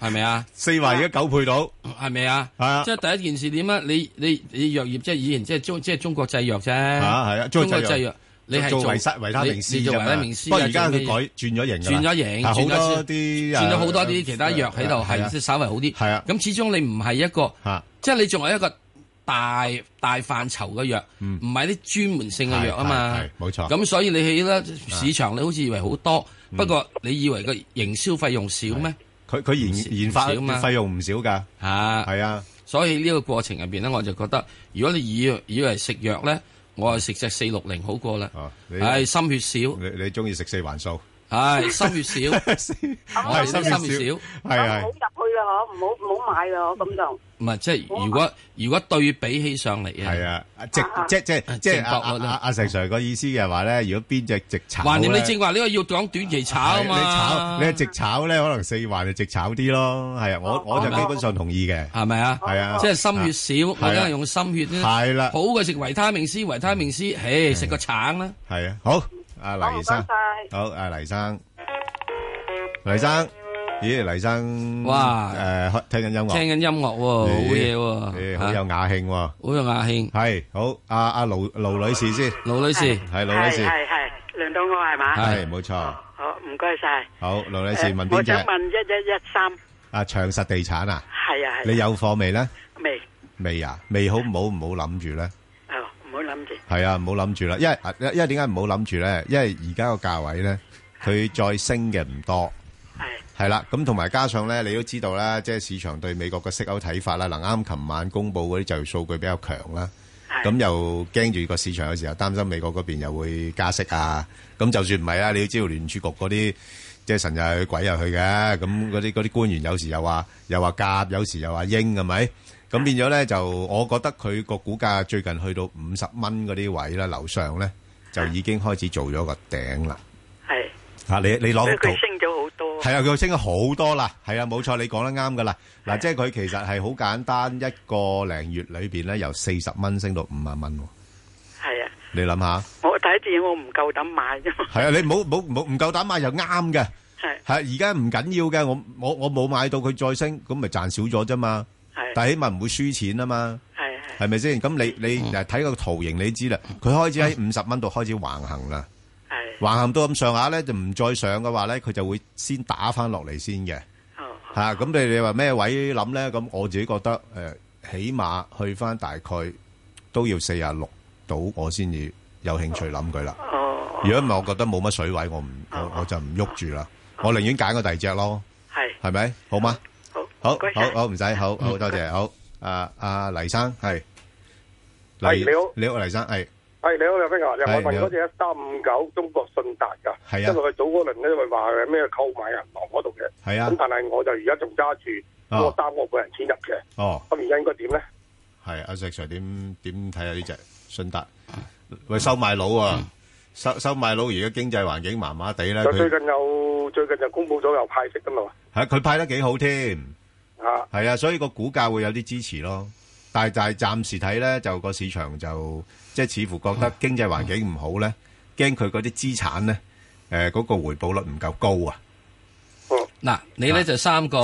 Speaker 4: 係咪啊？
Speaker 3: 四環而家九倍到，
Speaker 4: 係咪啊？
Speaker 3: 係啊
Speaker 4: 即係第一件事點啊？你你你藥業即係以前即係中即係中國製藥啫，
Speaker 3: 啊係啊中
Speaker 4: 中
Speaker 3: 國製藥
Speaker 4: 國製藥，你係
Speaker 3: 做維他維他命 C
Speaker 4: 你你
Speaker 3: 啫
Speaker 4: 做
Speaker 3: 嘛
Speaker 4: 維他命 C，
Speaker 3: 不過而家
Speaker 4: 做
Speaker 3: 佢
Speaker 4: 咩
Speaker 3: 改轉咗型㗎啦，
Speaker 4: 轉咗型，
Speaker 3: 係好
Speaker 4: 轉咗
Speaker 3: 多啲
Speaker 4: 轉咗
Speaker 3: 呃
Speaker 4: 好多啲其他藥喺度，
Speaker 3: 係
Speaker 4: 係
Speaker 3: 啊
Speaker 4: 即係稍微好啲。
Speaker 3: 係啊啊
Speaker 4: 咁始終你唔係一個，
Speaker 3: 嚇
Speaker 4: 即係你仲係一個大大範疇嘅藥，唔係啲專門性嘅藥啊
Speaker 3: 嗯
Speaker 4: 嘛
Speaker 3: 係係。冇錯啊嗯
Speaker 4: 咁所以你喺咧市場，你好似以為好多，不過你以為個營銷費用少咩？
Speaker 3: 佢佢研研發
Speaker 4: 少嘛
Speaker 3: 費用唔少㗎，
Speaker 4: 嚇，
Speaker 3: 係啊。
Speaker 4: 所以呢個過程入邊咧，我就覺得，如果你以以為食藥咧，我係食隻四六零好過啦
Speaker 3: 哦。你嗯
Speaker 4: 唉，心血少，
Speaker 3: 你你中意食四環素？
Speaker 4: 唉，心血少，我哋啲
Speaker 3: 係，心血少。
Speaker 4: 心血少。
Speaker 3: 係，係。
Speaker 8: 啊好入去啦嗬。嗬，唔好唔好買啦，我咁就
Speaker 4: 唔系即系如果如果對比起上嚟啊，
Speaker 3: 係啊，直即即即
Speaker 4: 正確
Speaker 3: 阿
Speaker 4: 率啊
Speaker 3: 阿阿石 Sir 個意思嘅話咧，如果邊只直炒
Speaker 4: 橫掂
Speaker 3: 咧
Speaker 4: 你正話呢個要講短期炒啊
Speaker 3: 係你
Speaker 4: 嘛，
Speaker 3: 炒你直炒咧，可能四環就直炒啲咯。係啊，我我就基本上同意嘅。
Speaker 4: 係咪啊？
Speaker 3: 係啊，
Speaker 4: 即係心血少，我
Speaker 3: 係啊
Speaker 4: 梗係用心血啦。
Speaker 3: 係啦嗯
Speaker 4: 好嘅食維他命 C，維他命 C，唉，食個橙啦。
Speaker 3: 係啊，好，阿黎生
Speaker 8: 好唔該晒，
Speaker 3: 好，阿黎生，黎生，咦，黎生，
Speaker 4: 哇
Speaker 3: 誒，開聽緊音樂，
Speaker 4: 聽緊音樂喎，好
Speaker 3: 咦
Speaker 4: 嘢喎，
Speaker 3: 好有雅興喎。
Speaker 4: 好啊有雅興。
Speaker 3: 系好，阿阿卢卢女士先，系
Speaker 4: 盧女士，
Speaker 3: 卢女士，系
Speaker 10: 系轮到我系嘛？
Speaker 4: 係
Speaker 3: 冇错，
Speaker 10: 好，唔该晒。
Speaker 3: 好，卢女
Speaker 5: Ờ,
Speaker 3: 士
Speaker 10: 誒
Speaker 3: 问
Speaker 10: 我
Speaker 3: 边只
Speaker 10: 想？问一一一三，
Speaker 3: 啊，长实地产啊，
Speaker 10: 系啊系。
Speaker 3: 你有货未呢？
Speaker 10: 未？
Speaker 3: 未啊，未好唔好唔好谂住呢？
Speaker 10: 哦，唔好谂住。
Speaker 3: 系啊，唔好谂住啦，因为啊因因为点解唔好谂住呢？因为而家个价位呢，佢再升嘅唔多。
Speaker 10: 系
Speaker 3: 係啦，咁同埋加上咧，你都知道啦，即係市場對美國嘅息口睇法啦。嗱，啱琴晚公布嗰啲就業數據比較強啦，
Speaker 10: 係
Speaker 3: 咁又驚住個市場有時候擔心美國嗰邊又會加息啊。咁就算唔係啦，你都知道聯儲局嗰啲即係神又去鬼又去嘅，咁嗰啲嗰啲官員有時又話又話鴿，有時又話鷹，係咪？咁變咗咧就，我覺得佢個股價最近去到五十蚊嗰啲位啦，樓上咧就已經開始做咗個頂啦。
Speaker 10: 系，
Speaker 3: 啊，你你攞
Speaker 10: 所以
Speaker 3: 幅圖
Speaker 10: 佢。升咗好多。
Speaker 3: 係啊，佢升咗好多啦，係啊，冇錯，你講得啱噶啦。嗱，即係佢其實係好簡單，一個零月裏邊咧，由四十蚊升到五萬蚊喎，
Speaker 10: 系啊，
Speaker 3: 你諗下，
Speaker 10: 我睇住我唔夠膽買啫嘛。
Speaker 3: 係啊，你唔好唔好唔好唔夠膽買就啱嘅，
Speaker 10: 係
Speaker 3: 係而家唔緊要嘅，我我我冇買到佢再升，咁咪賺少咗啫嘛，
Speaker 10: 係
Speaker 3: 但係起碼唔會輸錢啊嘛，
Speaker 10: 係係
Speaker 3: 係咪先？咁你你嗱睇個圖形你知啦，佢開始喺五十蚊度開始橫行啦，
Speaker 10: 係。
Speaker 3: 橫行到咁上下咧就唔再上嘅話咧，佢就會先打翻落嚟先嘅。
Speaker 10: 哦，
Speaker 3: 吓咁你你話咩位諗咧？咁我自己覺得诶、誒起碼去翻大概都要四啊六度，我先至有興趣諗佢啦。
Speaker 10: 哦，
Speaker 3: 如果唔係，我覺得冇乜水位，我唔我我就唔喐住啦。我寧願揀個第二隻咯，
Speaker 10: 係
Speaker 3: 係咪？好嗎？
Speaker 10: 好，
Speaker 3: 好
Speaker 10: 唔該
Speaker 3: 好
Speaker 10: 晒
Speaker 3: 好，唔使，好好多謝，好。啊啊，黎生係，
Speaker 9: 係你好
Speaker 3: 你好，黎生係
Speaker 9: 係你好，有邊個？啊又
Speaker 3: 係
Speaker 9: 我
Speaker 3: 你
Speaker 9: 問
Speaker 3: 好
Speaker 9: 嗰只一三五九中國信達㗎，
Speaker 3: 係啊
Speaker 9: 因為佢早嗰輪咧，因為話咩購買銀行嗰度嘅，
Speaker 3: 係
Speaker 9: 咁
Speaker 3: 啊，
Speaker 9: 但係我就而家仲揸住
Speaker 3: 啊
Speaker 9: 嗰個三個個人錢入嘅，
Speaker 3: 哦，
Speaker 9: 咁而家應該點咧？
Speaker 3: 係阿石 Sir 點點睇下呢只信達？喂，收買佬啊！收收買佬，而家經濟環境麻麻地咧，
Speaker 9: 就
Speaker 3: 佢
Speaker 9: 最近又最近就公布咗又派息㗎嘛，
Speaker 3: 系佢派得幾好添，
Speaker 9: 啊！
Speaker 3: 係啊，所以個股價會有啲支持咯。但係但係暫時睇咧，就個市場就即係似乎覺得經濟環境唔好咧，驚佢嗰啲資產咧，诶、嗰、個回報率唔夠高啊，
Speaker 4: 嗱，你咧就三個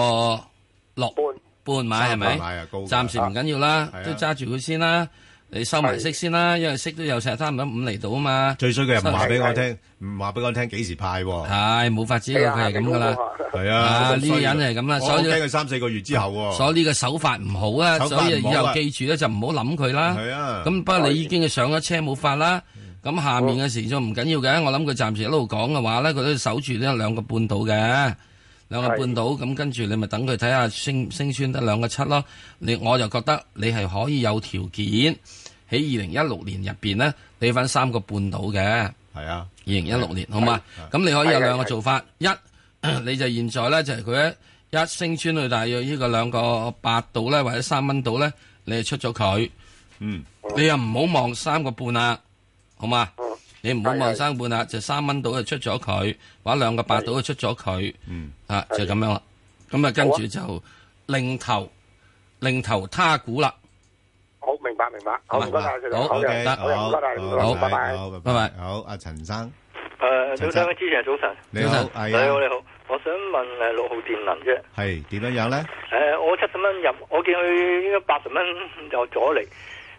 Speaker 4: 六
Speaker 9: 哦半
Speaker 4: 半買係咪
Speaker 3: 三個？買啊高㗎
Speaker 4: 暫時唔緊要啦
Speaker 3: 係啊，
Speaker 4: 都揸住佢先啦。你收埋息先啦，因為息都有成三五厘到啊嘛。
Speaker 3: 最衰佢又唔話俾我
Speaker 9: 係
Speaker 3: 聽，唔話俾我聽幾時派喎、
Speaker 4: 係冇法子㗎，佢係咁噶啦。
Speaker 3: 係
Speaker 4: 啊
Speaker 3: 啊，
Speaker 4: 呢啲人係咁啦
Speaker 3: 我
Speaker 4: 所以
Speaker 3: 我驚佢三四個月之後喎、
Speaker 4: 所以呢個手法唔好啊，
Speaker 3: 手法唔好
Speaker 4: 所
Speaker 3: 啊
Speaker 4: 以以後記住咧就唔好諗佢啦。
Speaker 3: 係啊
Speaker 4: 咁不過你已經上咗車冇法啦。咁下面嘅時就唔緊要嘅，我諗佢暫時一路講嘅話咧，佢都守住呢兩個半島嘅，兩個半島咁跟住你咪等佢睇下升升穿得兩個七咯。你我就覺得你係可以有條件喺二零一六年入邊咧，你翻三個半島嘅。
Speaker 3: 係啊，
Speaker 4: 二零一六年，好嘛？咁你可以有兩個做法，一 你就現在咧就係佢一一升穿去大約呢個兩個八度咧，或者三蚊度咧，你就出咗佢。
Speaker 3: 嗯，
Speaker 4: 你又唔好望三個半啦，好嘛？
Speaker 9: 哦
Speaker 4: 你唔好望三個半啦，就三蚊度就出咗佢，或者兩個八度就出咗佢。
Speaker 3: 嗯，
Speaker 4: 啊，就咁樣啦。咁啊，跟住就另投另投他股啦。
Speaker 9: 好明白明白，好唔該晒，謝謝
Speaker 4: 好
Speaker 9: 好嘅，
Speaker 3: OK，
Speaker 4: 得
Speaker 9: 好嘅唔該晒，唔該晒
Speaker 3: 好，好，
Speaker 9: 拜拜。
Speaker 3: 好，
Speaker 4: 拜拜
Speaker 3: 好，阿陳生，
Speaker 11: 诶，
Speaker 3: 陳
Speaker 11: 早
Speaker 3: 生
Speaker 11: 晨，主持人早晨，
Speaker 3: 你好，
Speaker 4: 早晨
Speaker 11: 你
Speaker 3: 係
Speaker 11: 好
Speaker 3: 啊，
Speaker 11: 你好，我想問诶六號電能啫，
Speaker 3: 係點樣樣咧？
Speaker 11: 诶、呃我七十蚊入，我見佢應該八十蚊就阻嚟，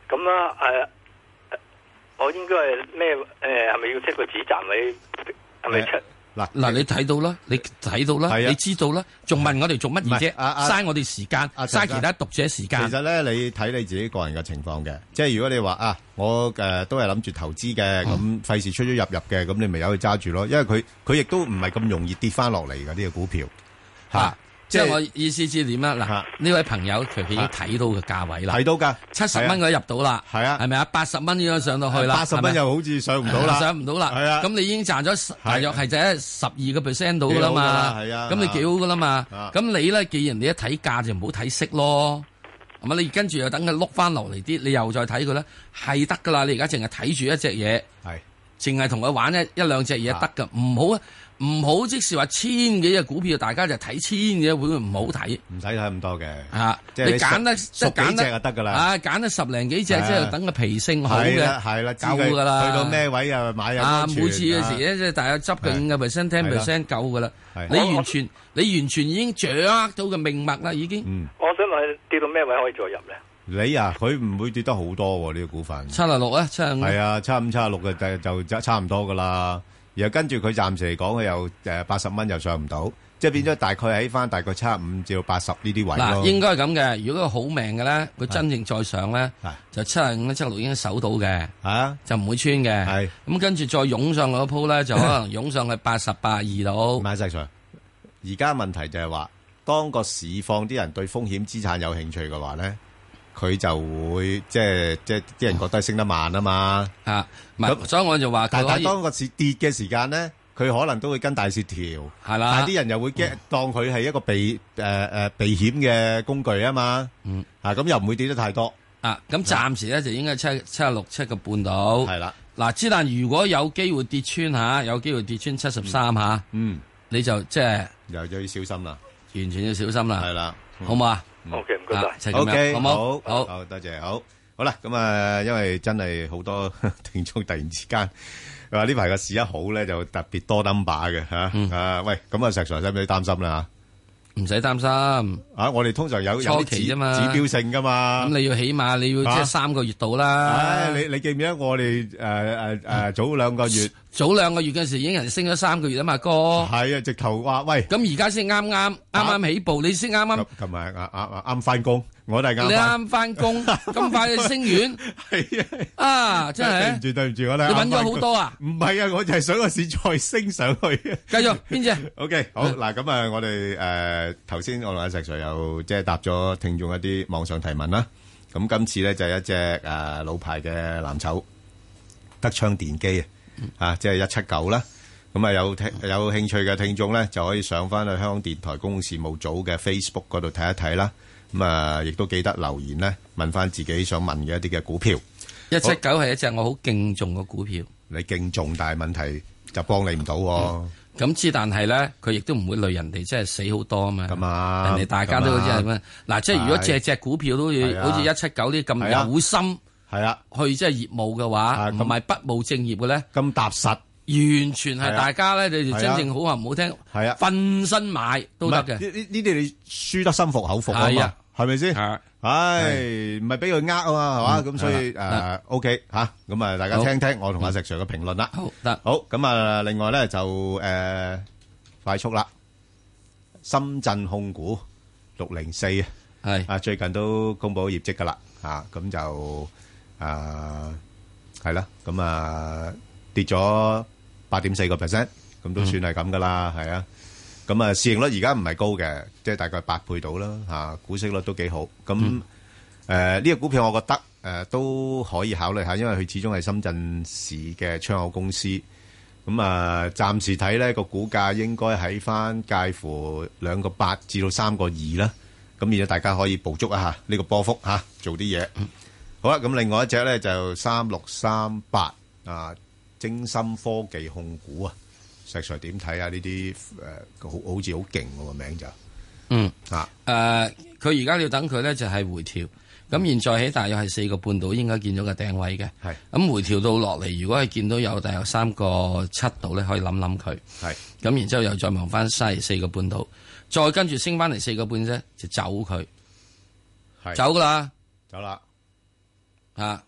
Speaker 11: 咁啦诶，誒我應該係咩诶係咪要 take 個止賺位？係咪
Speaker 3: 誒
Speaker 11: 七？
Speaker 3: 嗱
Speaker 4: 嗱，你睇到啦，你睇到啦，
Speaker 3: 係啊
Speaker 4: 你知道啦，仲問我哋做乜嘢啫？
Speaker 3: 唔係啊啊
Speaker 4: 嘥我哋時間，
Speaker 3: 啊陳
Speaker 4: 嘥
Speaker 3: 生
Speaker 4: 其他讀者時間
Speaker 3: 其。實咧，你睇你自己個人嘅情況嘅，即係如果你話啊，我誒、呃都係諗住投資嘅，咁費事出出入入嘅，咁你咪由佢揸住咯。因為佢佢亦都唔係咁容易跌翻落嚟嘅呢個股票嚇。
Speaker 4: 啊即係我意思知點啦。嗱，呢位朋友佢已經睇到個價位啦，睇到噶，七
Speaker 3: 啊
Speaker 4: 十蚊佢入到啦，係啊，係咪啊？八十蚊已經上到去
Speaker 3: 80
Speaker 4: 啦，係咪啊
Speaker 3: 蚊又好似上唔到啦
Speaker 4: 上唔到啦，
Speaker 3: 係啊
Speaker 4: 咁你已經賺咗十大約係就係十二個 percent 到噶啦嘛，
Speaker 3: 幾好㗎啦係啊
Speaker 4: 咁你幾好噶啦嘛
Speaker 3: 啊，
Speaker 4: 咁你咧既然你一睇價就唔好睇息咯。係咪？你跟住又等佢碌翻落嚟啲，你又再睇佢咧，係得噶啦。你而家淨係睇住一隻嘢，
Speaker 3: 係
Speaker 4: 淨係同佢玩一一兩隻嘢得噶，唔好啊，唔好即是話千幾隻股票，大家就睇千幾隻股票，唔好睇。
Speaker 3: 唔使睇咁多嘅，
Speaker 4: 啊，
Speaker 3: 即
Speaker 4: 你
Speaker 3: 係你
Speaker 4: 揀得
Speaker 3: 熟
Speaker 4: 即係
Speaker 3: 熟幾
Speaker 4: 揀
Speaker 3: 隻就得㗎啦
Speaker 4: 啊，揀得十零幾隻
Speaker 3: 係啊
Speaker 4: 即係等個脾性好嘅，
Speaker 3: 係啦係啦知佢
Speaker 4: 夠㗎啦。
Speaker 3: 去到咩位啊買啊
Speaker 4: 啊，
Speaker 3: 安
Speaker 4: 每
Speaker 3: 全
Speaker 4: 次嘅時
Speaker 3: 啊
Speaker 4: 咧，即係大約執佢五個 percent、
Speaker 3: 係
Speaker 4: ten
Speaker 3: 啦
Speaker 4: percent 夠㗎啦。
Speaker 3: 係
Speaker 4: 你完全你完全已經掌握到嘅命脈啦，已
Speaker 3: 嗯
Speaker 4: 經。
Speaker 11: 我想問跌到咩位可以再入咧？
Speaker 3: 你啊，佢唔會跌得好多喎呢個股份。
Speaker 4: 七啊六啊，七啊五。
Speaker 3: 係啊，七啊五、七啊六嘅就就就差唔多噶啦。然後跟住佢暫時嚟講，佢又誒八十蚊又上唔到，即係變咗大概喺翻大概七啊五至到八十呢啲位
Speaker 4: 嗯嗱，
Speaker 3: 咯。
Speaker 4: 應該係咁嘅。如果佢好命嘅咧，佢真正再上咧，就七十五、七十六已經守到嘅，就唔會穿嘅。咁跟住再湧上嗰鋪咧，就可 能湧上去八十八二度。
Speaker 3: 買晒上。而家問題就係話，當個市況啲人對風險資產有興趣嘅話咧，佢就會即係即係啲人覺得升得慢啊嘛。
Speaker 4: 啊，所以我就話佢
Speaker 3: 但
Speaker 4: 可
Speaker 3: 但
Speaker 4: 以
Speaker 3: 當個市跌嘅時間咧，佢可能都會跟大市調。
Speaker 4: 係啦
Speaker 3: 但係啲人又會驚當佢係一個避誒誒避險嘅工具啊嘛。
Speaker 4: 嗯。
Speaker 3: 啊，咁又唔會跌得太多。
Speaker 4: 啊，咁暫時咧就應該七七十六、七個半度。
Speaker 3: 係啦。
Speaker 4: 嗱，之但如果有機會跌穿下，有機會跌穿七十三下，
Speaker 3: 嗯，
Speaker 4: 你就即係
Speaker 3: 又又要小心啦，
Speaker 4: 完全要小心啦。
Speaker 3: 係啦，
Speaker 4: 好唔好啊
Speaker 3: 嗯
Speaker 11: OK，唔該晒
Speaker 4: 啊就係咁樣
Speaker 3: OK，好
Speaker 4: 好冇？
Speaker 3: 好好，多謝，好好啦。咁啊，因為真係好多 聽眾突然之間話呢排個市一好咧，就特別多 number 嘅嚇。啊，喂，咁啊，石 Sir 使唔使擔心啦？
Speaker 4: 唔使擔心
Speaker 3: 啊！我哋通常有有
Speaker 4: 初
Speaker 3: 啲指
Speaker 4: 期啫嘛，
Speaker 3: 指標性噶嘛。
Speaker 4: 咁你要起碼你要即
Speaker 3: 啊
Speaker 4: 係三個月度啦
Speaker 3: 唉，。你你記唔記得我哋誒誒誒早兩個月？
Speaker 4: 早兩個月嘅時已經人升咗三個月啊嘛，哥。
Speaker 3: 係啊，直頭話喂。
Speaker 4: 咁而家先啱啱啱啱起步，你先啱啱
Speaker 3: 琴日啱啱啱翻工，我都係啱
Speaker 4: 你
Speaker 3: 返。
Speaker 4: 啱 翻工，咁快就升完。
Speaker 3: 係
Speaker 4: 啊，啊，真係。
Speaker 3: 哎對唔住對唔住，我哋
Speaker 4: 你揾咗好多啊？
Speaker 3: 唔係啊，我就係想個市再升上去。
Speaker 4: 繼續邊只
Speaker 3: OK，好 嗱，咁啊，我哋誒頭先我同阿石 Sir 又即係答咗聽眾一啲網上提問啦。咁今次咧就係一隻誒老牌嘅藍籌德昌電機啊，啊，即係一七九啦。咁啊，有聽有興趣嘅聽眾咧，就可以上翻去香港電台公共事務組嘅 Facebook 嗰度睇一睇啦。咁啊，亦都記得留言咧，問翻自己想問嘅一啲嘅股票。
Speaker 4: 一七九係一隻我好敬重嘅股票。
Speaker 3: 你敬重，但係問題就幫你唔到喎。
Speaker 4: 咁之，但係咧，佢亦都唔會累人哋，即係死好多啊嘛。咁
Speaker 3: 啊
Speaker 4: 人哋大家都
Speaker 3: 咁
Speaker 4: 即
Speaker 3: 啊
Speaker 4: 係咩？嗱，即係如果隻隻股票都
Speaker 3: 係
Speaker 4: 要
Speaker 3: 啊
Speaker 4: 好似一七九啲
Speaker 3: 係啊
Speaker 4: 咁有心，
Speaker 3: 係啊，
Speaker 4: 去即係業務嘅話，唔係不務正業嘅咧，
Speaker 3: 咁踏實，
Speaker 4: 完全
Speaker 3: 係
Speaker 4: 係
Speaker 3: 啊
Speaker 4: 大家咧，你哋真
Speaker 3: 係
Speaker 4: 正
Speaker 3: 啊
Speaker 4: 好話唔好聽，
Speaker 3: 係啊
Speaker 4: 瞓身買都得
Speaker 3: 唔係
Speaker 4: 嘅。
Speaker 3: 呢呢呢啲你輸得心服口服啊
Speaker 4: 係
Speaker 3: 嘛
Speaker 4: 啊，
Speaker 3: 係咪先？唉，唔係俾佢呃啊嘛，係嘛？
Speaker 4: 嗯
Speaker 3: 咁所以
Speaker 4: 係啦
Speaker 3: 誒，OK 吓，咁啊，大家
Speaker 4: 好
Speaker 3: 聽聽我同阿石 Sir 嘅評論啦。好
Speaker 4: 得，
Speaker 3: 好咁啊，另外咧就誒快速啦，深圳控股六零四啊，
Speaker 4: 係
Speaker 3: 啊，最近都公布業績噶啦，吓咁就誒係啦，咁啊跌咗八點四個 percent，咁都算係咁噶啦，係啊。咁啊，市盈率而家唔係高嘅，即係大概八倍到啦，嚇，股息率都幾好。咁誒呢個股票我覺得誒、都可以考慮下，因為佢始終係深圳市嘅窗口公司。咁啊，暫時睇呢個股價應該喺翻介乎兩個八至到三個二啦。咁而家大家可以捕捉一下呢個波幅嚇、做啲嘢。好啦，咁另外一隻咧就三六三八啊，精深科技控股啊，石 Sir 點睇啊？呢啲誒好好似好勁喎個名就
Speaker 4: 嗯
Speaker 3: 啊，
Speaker 4: 誒，佢而家要等佢咧就係回調。咁現在喺大約係四個半度應該見咗個頂位嘅。
Speaker 3: 係
Speaker 4: 咁回調到落嚟，如果係見到有大約三個七度咧，可以諗諗佢。
Speaker 3: 係
Speaker 4: 咁然之後又再望翻西四個半度，再跟住升翻嚟四個半啫，就走佢
Speaker 3: 係
Speaker 4: 走噶啦
Speaker 3: 走啦。
Speaker 4: 啊！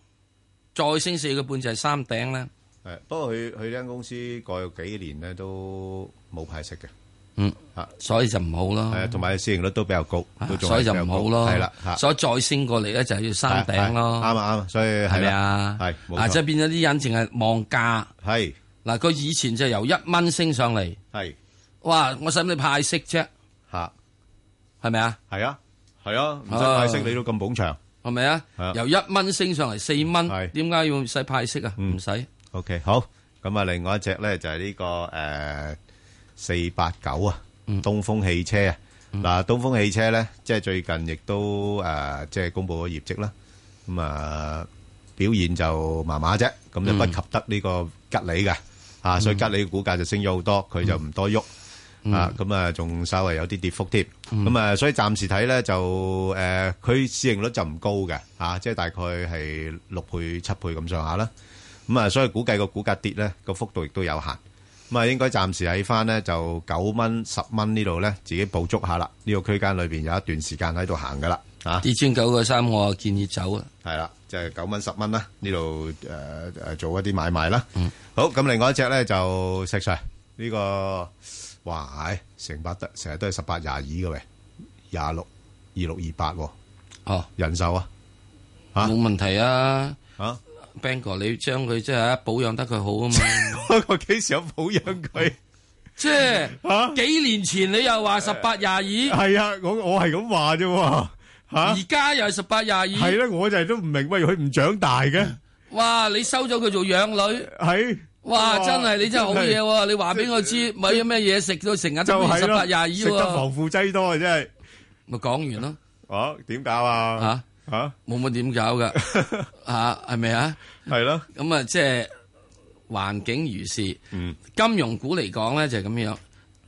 Speaker 4: 再升四個半就係三頂啦。
Speaker 3: 誒，不過佢佢呢間公司過去幾年咧都冇派息嘅，
Speaker 4: 嗯
Speaker 3: 啊，
Speaker 4: 所以就唔好咯。
Speaker 3: 係啊同埋市盈率都比較高，都仲係
Speaker 4: 所以就唔好咯。
Speaker 3: 比較高係啦嚇
Speaker 4: 所以再升過嚟咧就要山頂咯。
Speaker 3: 係係啱啊啱啊所以係啦
Speaker 4: 係咪啊？
Speaker 3: 係冇錯
Speaker 4: 啊，即係變咗啲人淨係望價。
Speaker 3: 係
Speaker 4: 嗱，佢以前就由一蚊升上嚟。
Speaker 3: 係
Speaker 4: 哇！我使唔使派息啫？
Speaker 3: 嚇
Speaker 4: 係咪啊？
Speaker 3: 係啊，係啊，唔使派息你都咁捧場，
Speaker 4: 係咪啊？由一蚊升上嚟四蚊，點解要使派息啊？
Speaker 3: 嗯
Speaker 4: 唔使。
Speaker 3: OK，好。咁啊，另外一隻咧就係呢個誒四八九啊，東風汽車啊。嗱，東風汽車咧，即係最近亦都誒，即係公布咗業績啦。咁啊，表現就麻麻啫，咁就不及得呢個吉利嘅啊，所以吉利嘅股價就升咗好多，佢就唔多喐啊。咁啊，仲稍微有啲跌幅添。咁啊，所以暫時睇咧就誒，佢市盈率就唔高嘅啊，即係大概係六倍七倍咁上下啦。咁啊，所以估計個股價跌咧，個幅度亦都有限。咁啊，應該暫時喺翻咧就九蚊、十蚊呢度咧，自己捕捉下啦。呢個區間裏邊有一段時間喺度行噶啦，啊
Speaker 4: 跌穿九個三，我建議走啦。啊
Speaker 3: 係啦，就係九蚊、十蚊啦，呢度誒誒做一啲買賣啦。好，咁另外一隻咧就石 Sir 呢個，哇，唉成百得成日都係十八廿二嘅喂，廿六二六二八喎。
Speaker 4: 哦，
Speaker 3: 人壽啊，
Speaker 4: 冇問題啊。
Speaker 3: 啊
Speaker 4: ，Bang 哥，你將佢即係保養得佢好啊 嘛。
Speaker 3: 我幾時有保養佢？
Speaker 4: 即係
Speaker 3: 啊
Speaker 4: 幾年前你又話十八廿 二，
Speaker 3: 係啊，我我係咁話啫喎，嚇
Speaker 4: 而家又係十八廿二，
Speaker 3: 啊係啦，我就係都唔明，喂，佢唔長大嘅。
Speaker 4: 哇！你收咗佢做養女，
Speaker 3: 係
Speaker 4: 哇！
Speaker 3: 哇
Speaker 4: 真係你真係好嘢喎！你話俾 我知，咪有咩嘢食到成日都
Speaker 3: 就係
Speaker 4: 十
Speaker 3: 咯
Speaker 4: 八廿二
Speaker 3: 食得防
Speaker 4: 喎，
Speaker 3: 腐劑多啊，真係。
Speaker 4: 咪講完咯。
Speaker 3: 哦，點搞啊？嚇嚇，
Speaker 4: 冇乜點搞噶嚇，係咪啊？
Speaker 3: 係咯。
Speaker 4: 咁啊，即係環境如是。金融股嚟講咧就係咁樣，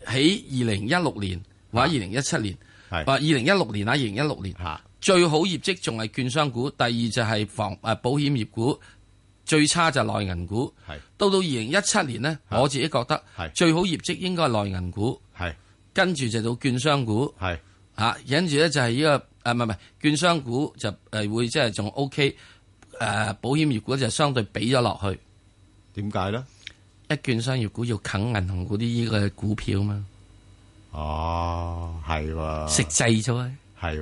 Speaker 4: 喺二零一六年或者二零一七年，
Speaker 3: 係
Speaker 4: 或二零一六年啊，二零一六年最好業績仲係券商股，第二就係房誒保險業股，最差就係內銀股。
Speaker 3: 係
Speaker 4: 到到二零一七年呢，我自己覺得最好業績應該係內銀股，
Speaker 3: 係
Speaker 4: 跟住就到券商股，
Speaker 3: 係
Speaker 4: 嚇，跟啊住咧就係呢個誒啊唔係唔係券商股就誒會即係仲 OK，誒保險業股就相對俾咗落去。
Speaker 3: 點解咧？
Speaker 4: 一券商業股要啃銀行股啲呢個股票嘛，
Speaker 3: 哦，係喎。
Speaker 4: 食滯咗啊！
Speaker 3: 係喎，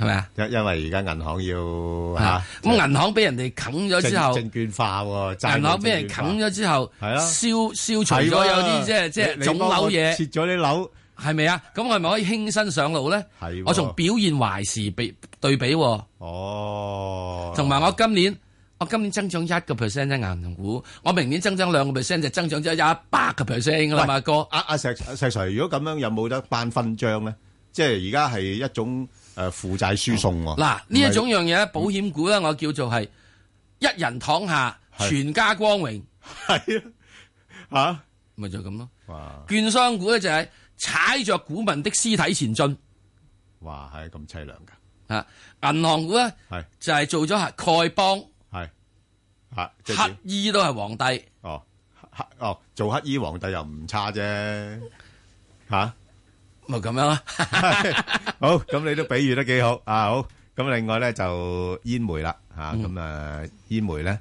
Speaker 4: 係咪啊？
Speaker 3: 因因為而家銀行要
Speaker 4: 嚇
Speaker 3: 嚇
Speaker 4: 咁銀行俾人哋啃咗之後，
Speaker 3: 證券化喎，債
Speaker 4: 銀行俾人
Speaker 3: 券化
Speaker 4: 啃咗之後，
Speaker 3: 係啊
Speaker 4: 消消除咗
Speaker 3: 係
Speaker 4: 有
Speaker 3: 喎
Speaker 4: 啲即係即係
Speaker 3: 你
Speaker 4: 腫
Speaker 3: 你幫
Speaker 4: 瘤
Speaker 3: 我
Speaker 4: 嘢，
Speaker 3: 切咗啲樓，
Speaker 4: 係咪啊？咁我係咪可以輕身上路咧？
Speaker 3: 係喎
Speaker 4: 我從表現壞事比對比喎。
Speaker 3: 哦，
Speaker 4: 同埋我今年我今年增長一個 percent 啫，銀行股，我明年增長兩個 percent 就增長咗一百個 percent 噶啦嘛，
Speaker 3: 喂
Speaker 4: 哥。
Speaker 3: 阿阿石石 Sir，如果咁樣有冇得頒勳章咧？即係而家係一種誒負債輸送喎。
Speaker 4: 嗱，呢一種樣嘢咧，保險股咧，我叫做係一人躺下，
Speaker 3: 係
Speaker 4: 全家光榮。
Speaker 3: 係啊，嚇，
Speaker 4: 咪就係咁咯。
Speaker 3: 哇
Speaker 4: 券商股咧就係踩着股民的屍體前進。
Speaker 3: 哇，係咁凄涼㗎。
Speaker 4: 啊，銀行股咧
Speaker 3: 係
Speaker 4: 就係做咗係丐幫，
Speaker 3: 係嚇，即係
Speaker 4: 乞
Speaker 3: 點
Speaker 4: 衣都係皇帝。
Speaker 3: 哦黑哦，做乞衣皇帝又唔差啫嚇。
Speaker 4: 咪咁樣啦。
Speaker 3: 好，咁你都比喻得幾好啊！好，咁另外咧就煙煤啦嚇，咁啊煙煤咧，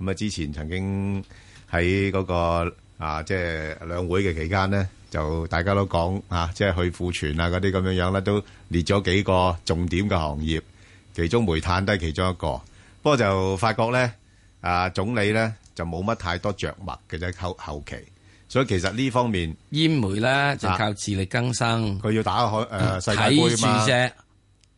Speaker 3: 咁啊之前曾經喺嗰個啊即係兩會嘅期間咧，就大家都講啊，即係去庫存啊嗰啲咁樣樣咧，都列咗幾個重點嘅行業，其中煤炭都係其中一個。不過就發覺咧，啊總理咧就冇乜太多着墨嘅啫，後後期，所以其實呢方面
Speaker 4: 煙煤咧就靠自力更生，
Speaker 3: 佢要打開誒世界
Speaker 4: 睇
Speaker 3: 盃啊啊嘛
Speaker 4: 住。只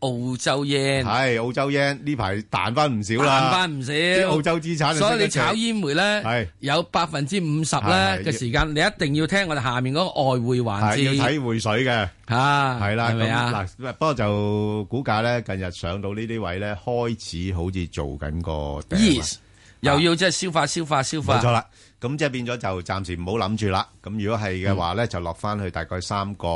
Speaker 4: 澳洲 yen
Speaker 3: 係澳洲 yen 呢排彈翻唔少啦，
Speaker 4: 賺翻唔少。
Speaker 3: 啲澳洲資產就
Speaker 4: 所以
Speaker 3: 升
Speaker 4: 你
Speaker 3: 得正
Speaker 4: 炒煙煤咧
Speaker 3: 係，
Speaker 4: 有百分之五十咧
Speaker 3: 係
Speaker 4: 嘅時間，你一定要聽我哋下面嗰個外匯環
Speaker 3: 係
Speaker 4: 節。
Speaker 3: 要睇匯水嘅，
Speaker 4: 嚇
Speaker 3: 係啦，
Speaker 4: 係咪啊
Speaker 3: 咁嗱，不過就股價咧近日上到呢啲位咧，開始好似做緊個頂啦
Speaker 4: Yes，又要即係消化、消化、消化。
Speaker 3: 冇錯啦，咁即係變咗就暫時唔好諗住啦。咁如果係嘅話咧，就落翻去大概三個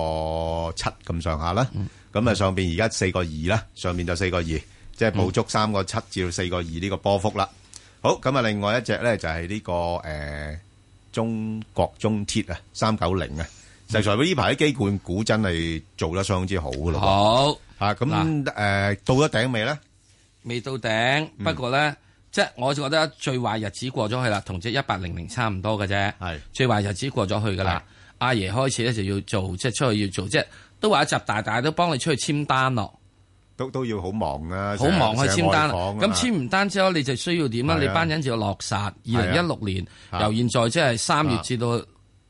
Speaker 3: 七咁上下啦。咁啊上邊而家四個二啦，上面就四個二，即係捕捉三個七至到四個二呢個波幅啦。好，咁啊另外一隻咧就係呢個誒中國中鐵啊，三九零啊。實在呢排啲基管股真係做得相當之好噶咯。
Speaker 4: 好
Speaker 3: 啊，咁
Speaker 4: 嗱
Speaker 3: 誒到咗頂未咧？
Speaker 4: 未到頂，
Speaker 3: 嗯
Speaker 4: 不過咧，即係我就覺得最壞日子過咗去啦，同只一八零零差唔多嘅啫。
Speaker 3: 係
Speaker 4: 最壞日子過咗去噶啦，阿爺開始咧就要做，即係出去要做，即係都話習大大都幫你出去簽單咯。
Speaker 3: 都都要好忙啊，
Speaker 4: 好忙去簽單啦，咁簽
Speaker 3: 簽
Speaker 4: 完單之後你就需要點啦？
Speaker 3: 啊係啊
Speaker 4: 你班人就要落實。二零一六年
Speaker 3: 啊
Speaker 4: 由現在即係三月至到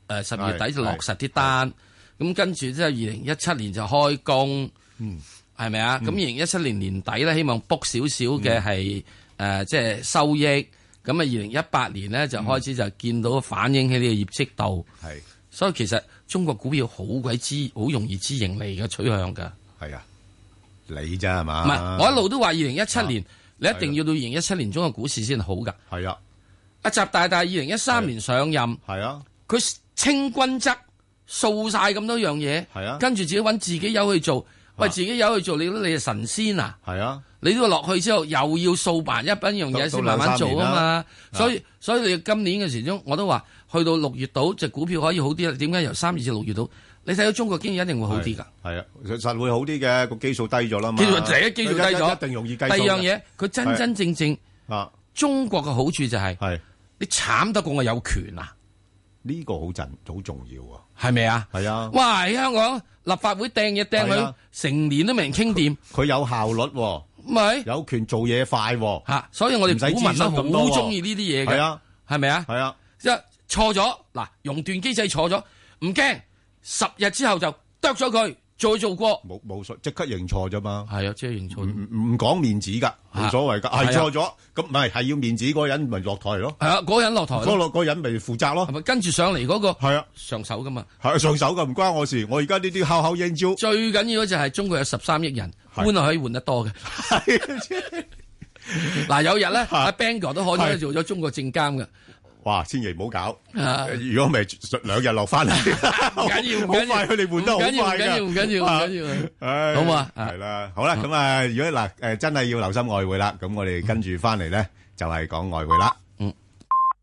Speaker 4: 呃誒十月底
Speaker 3: 係
Speaker 4: 就落實啲單，咁跟住即係二零一七年就開工，
Speaker 3: 嗯，嗯
Speaker 4: 係咪啊？咁二零一七年年底咧，希望 book 少少嘅係誒，即係收益。咁啊，二零一八年咧就開始就見到反映喺呢個業績度。
Speaker 3: 係，
Speaker 4: 所以其實中國股票好鬼知，好容易知盈利嘅取向㗎。
Speaker 3: 係啊，你咋係嘛？
Speaker 4: 唔係，我一路都話二零一七
Speaker 3: 啊
Speaker 4: 年，你一定要到二零一七年中國股市先好㗎。
Speaker 3: 係啊，
Speaker 4: 阿習大大二零一三年上任，係
Speaker 3: 啊，
Speaker 4: 佢清君側掃晒咁多樣嘢，
Speaker 3: 係啊
Speaker 4: 跟住自己揾自己友去做，喂，自己友去做，你覺得你係神仙啊？
Speaker 3: 係啊，
Speaker 4: 你都落去之後又要掃埋一班樣嘢先慢慢做啊嘛，
Speaker 3: 到到兩三年啦
Speaker 4: 所以所以你今年嘅時鐘我都話，去到六月度只股票可以好啲啦。啊點解由三月至六月度？你睇到中國經濟一定會好啲㗎。
Speaker 3: 係啊，實實會好啲嘅，個基數低咗啦嘛。
Speaker 4: 基數第一基數低咗，
Speaker 3: 一定容易計數嘅。
Speaker 4: 第二樣嘢，佢真真正正
Speaker 3: 啊，
Speaker 4: 中國嘅好處就係、
Speaker 3: 係
Speaker 4: 你慘得過我有權啊！
Speaker 3: 呢個好陣好重要啊，
Speaker 4: 係咪啊？
Speaker 3: 係啊，
Speaker 4: 哇！喺香港立法會掟嘢掟
Speaker 3: 係
Speaker 4: 佢
Speaker 3: 啊，
Speaker 4: 成年都未人傾掂，
Speaker 3: 佢有效率喎，
Speaker 4: 咪
Speaker 3: 有權做嘢快喎。
Speaker 4: 嚇，所以我哋
Speaker 3: 唔使
Speaker 4: 股民都
Speaker 3: 諮詢咁多
Speaker 4: 好
Speaker 3: 喎
Speaker 4: 中意呢啲嘢
Speaker 3: 係
Speaker 4: 嘅
Speaker 3: 啊，
Speaker 4: 係咪啊？
Speaker 3: 係啊，
Speaker 4: 即係錯咗嗱，熔斷機制錯咗，唔驚，十日之後就剁咗佢，再做過。
Speaker 3: 冇冇錯，即刻認錯啫嘛。
Speaker 4: 係啊，即係認錯。
Speaker 3: 唔唔唔講面子㗎，
Speaker 4: 啊
Speaker 3: 冇所謂㗎，
Speaker 4: 係啊
Speaker 3: 係錯咗，咁咪係要面子嗰個人咪落台咯。
Speaker 4: 係啊，嗰個人落台咯，
Speaker 3: 嗰個嗰個人咪負責咯。
Speaker 4: 係咪跟住上嚟嗰個
Speaker 3: 係啊，
Speaker 4: 上手噶嘛？
Speaker 3: 係上手㗎，唔關我事。我而家呢啲口口應招。
Speaker 4: 最緊要就係中國有十三億人，換係可以換得多嘅。嗱，有日咧，阿 Bang 哥都可以做咗中國證監嘅。
Speaker 3: 哇！千祈唔好搞，
Speaker 4: 啊
Speaker 3: 如果唔係兩日落翻嚟，
Speaker 4: 唔緊要，唔
Speaker 3: 好
Speaker 4: 緊要
Speaker 3: 快佢哋換得好
Speaker 4: 唔緊要
Speaker 3: 快
Speaker 4: 唔緊
Speaker 3: 㗎
Speaker 4: 要，唔緊要，唔
Speaker 3: 啊
Speaker 4: 緊要。
Speaker 3: 唉
Speaker 4: 好嘛啊
Speaker 3: 係啦，好啦，咁啊，如果嗱誒真係要留心外匯啦，咁我哋跟住翻嚟咧就係講外匯啦。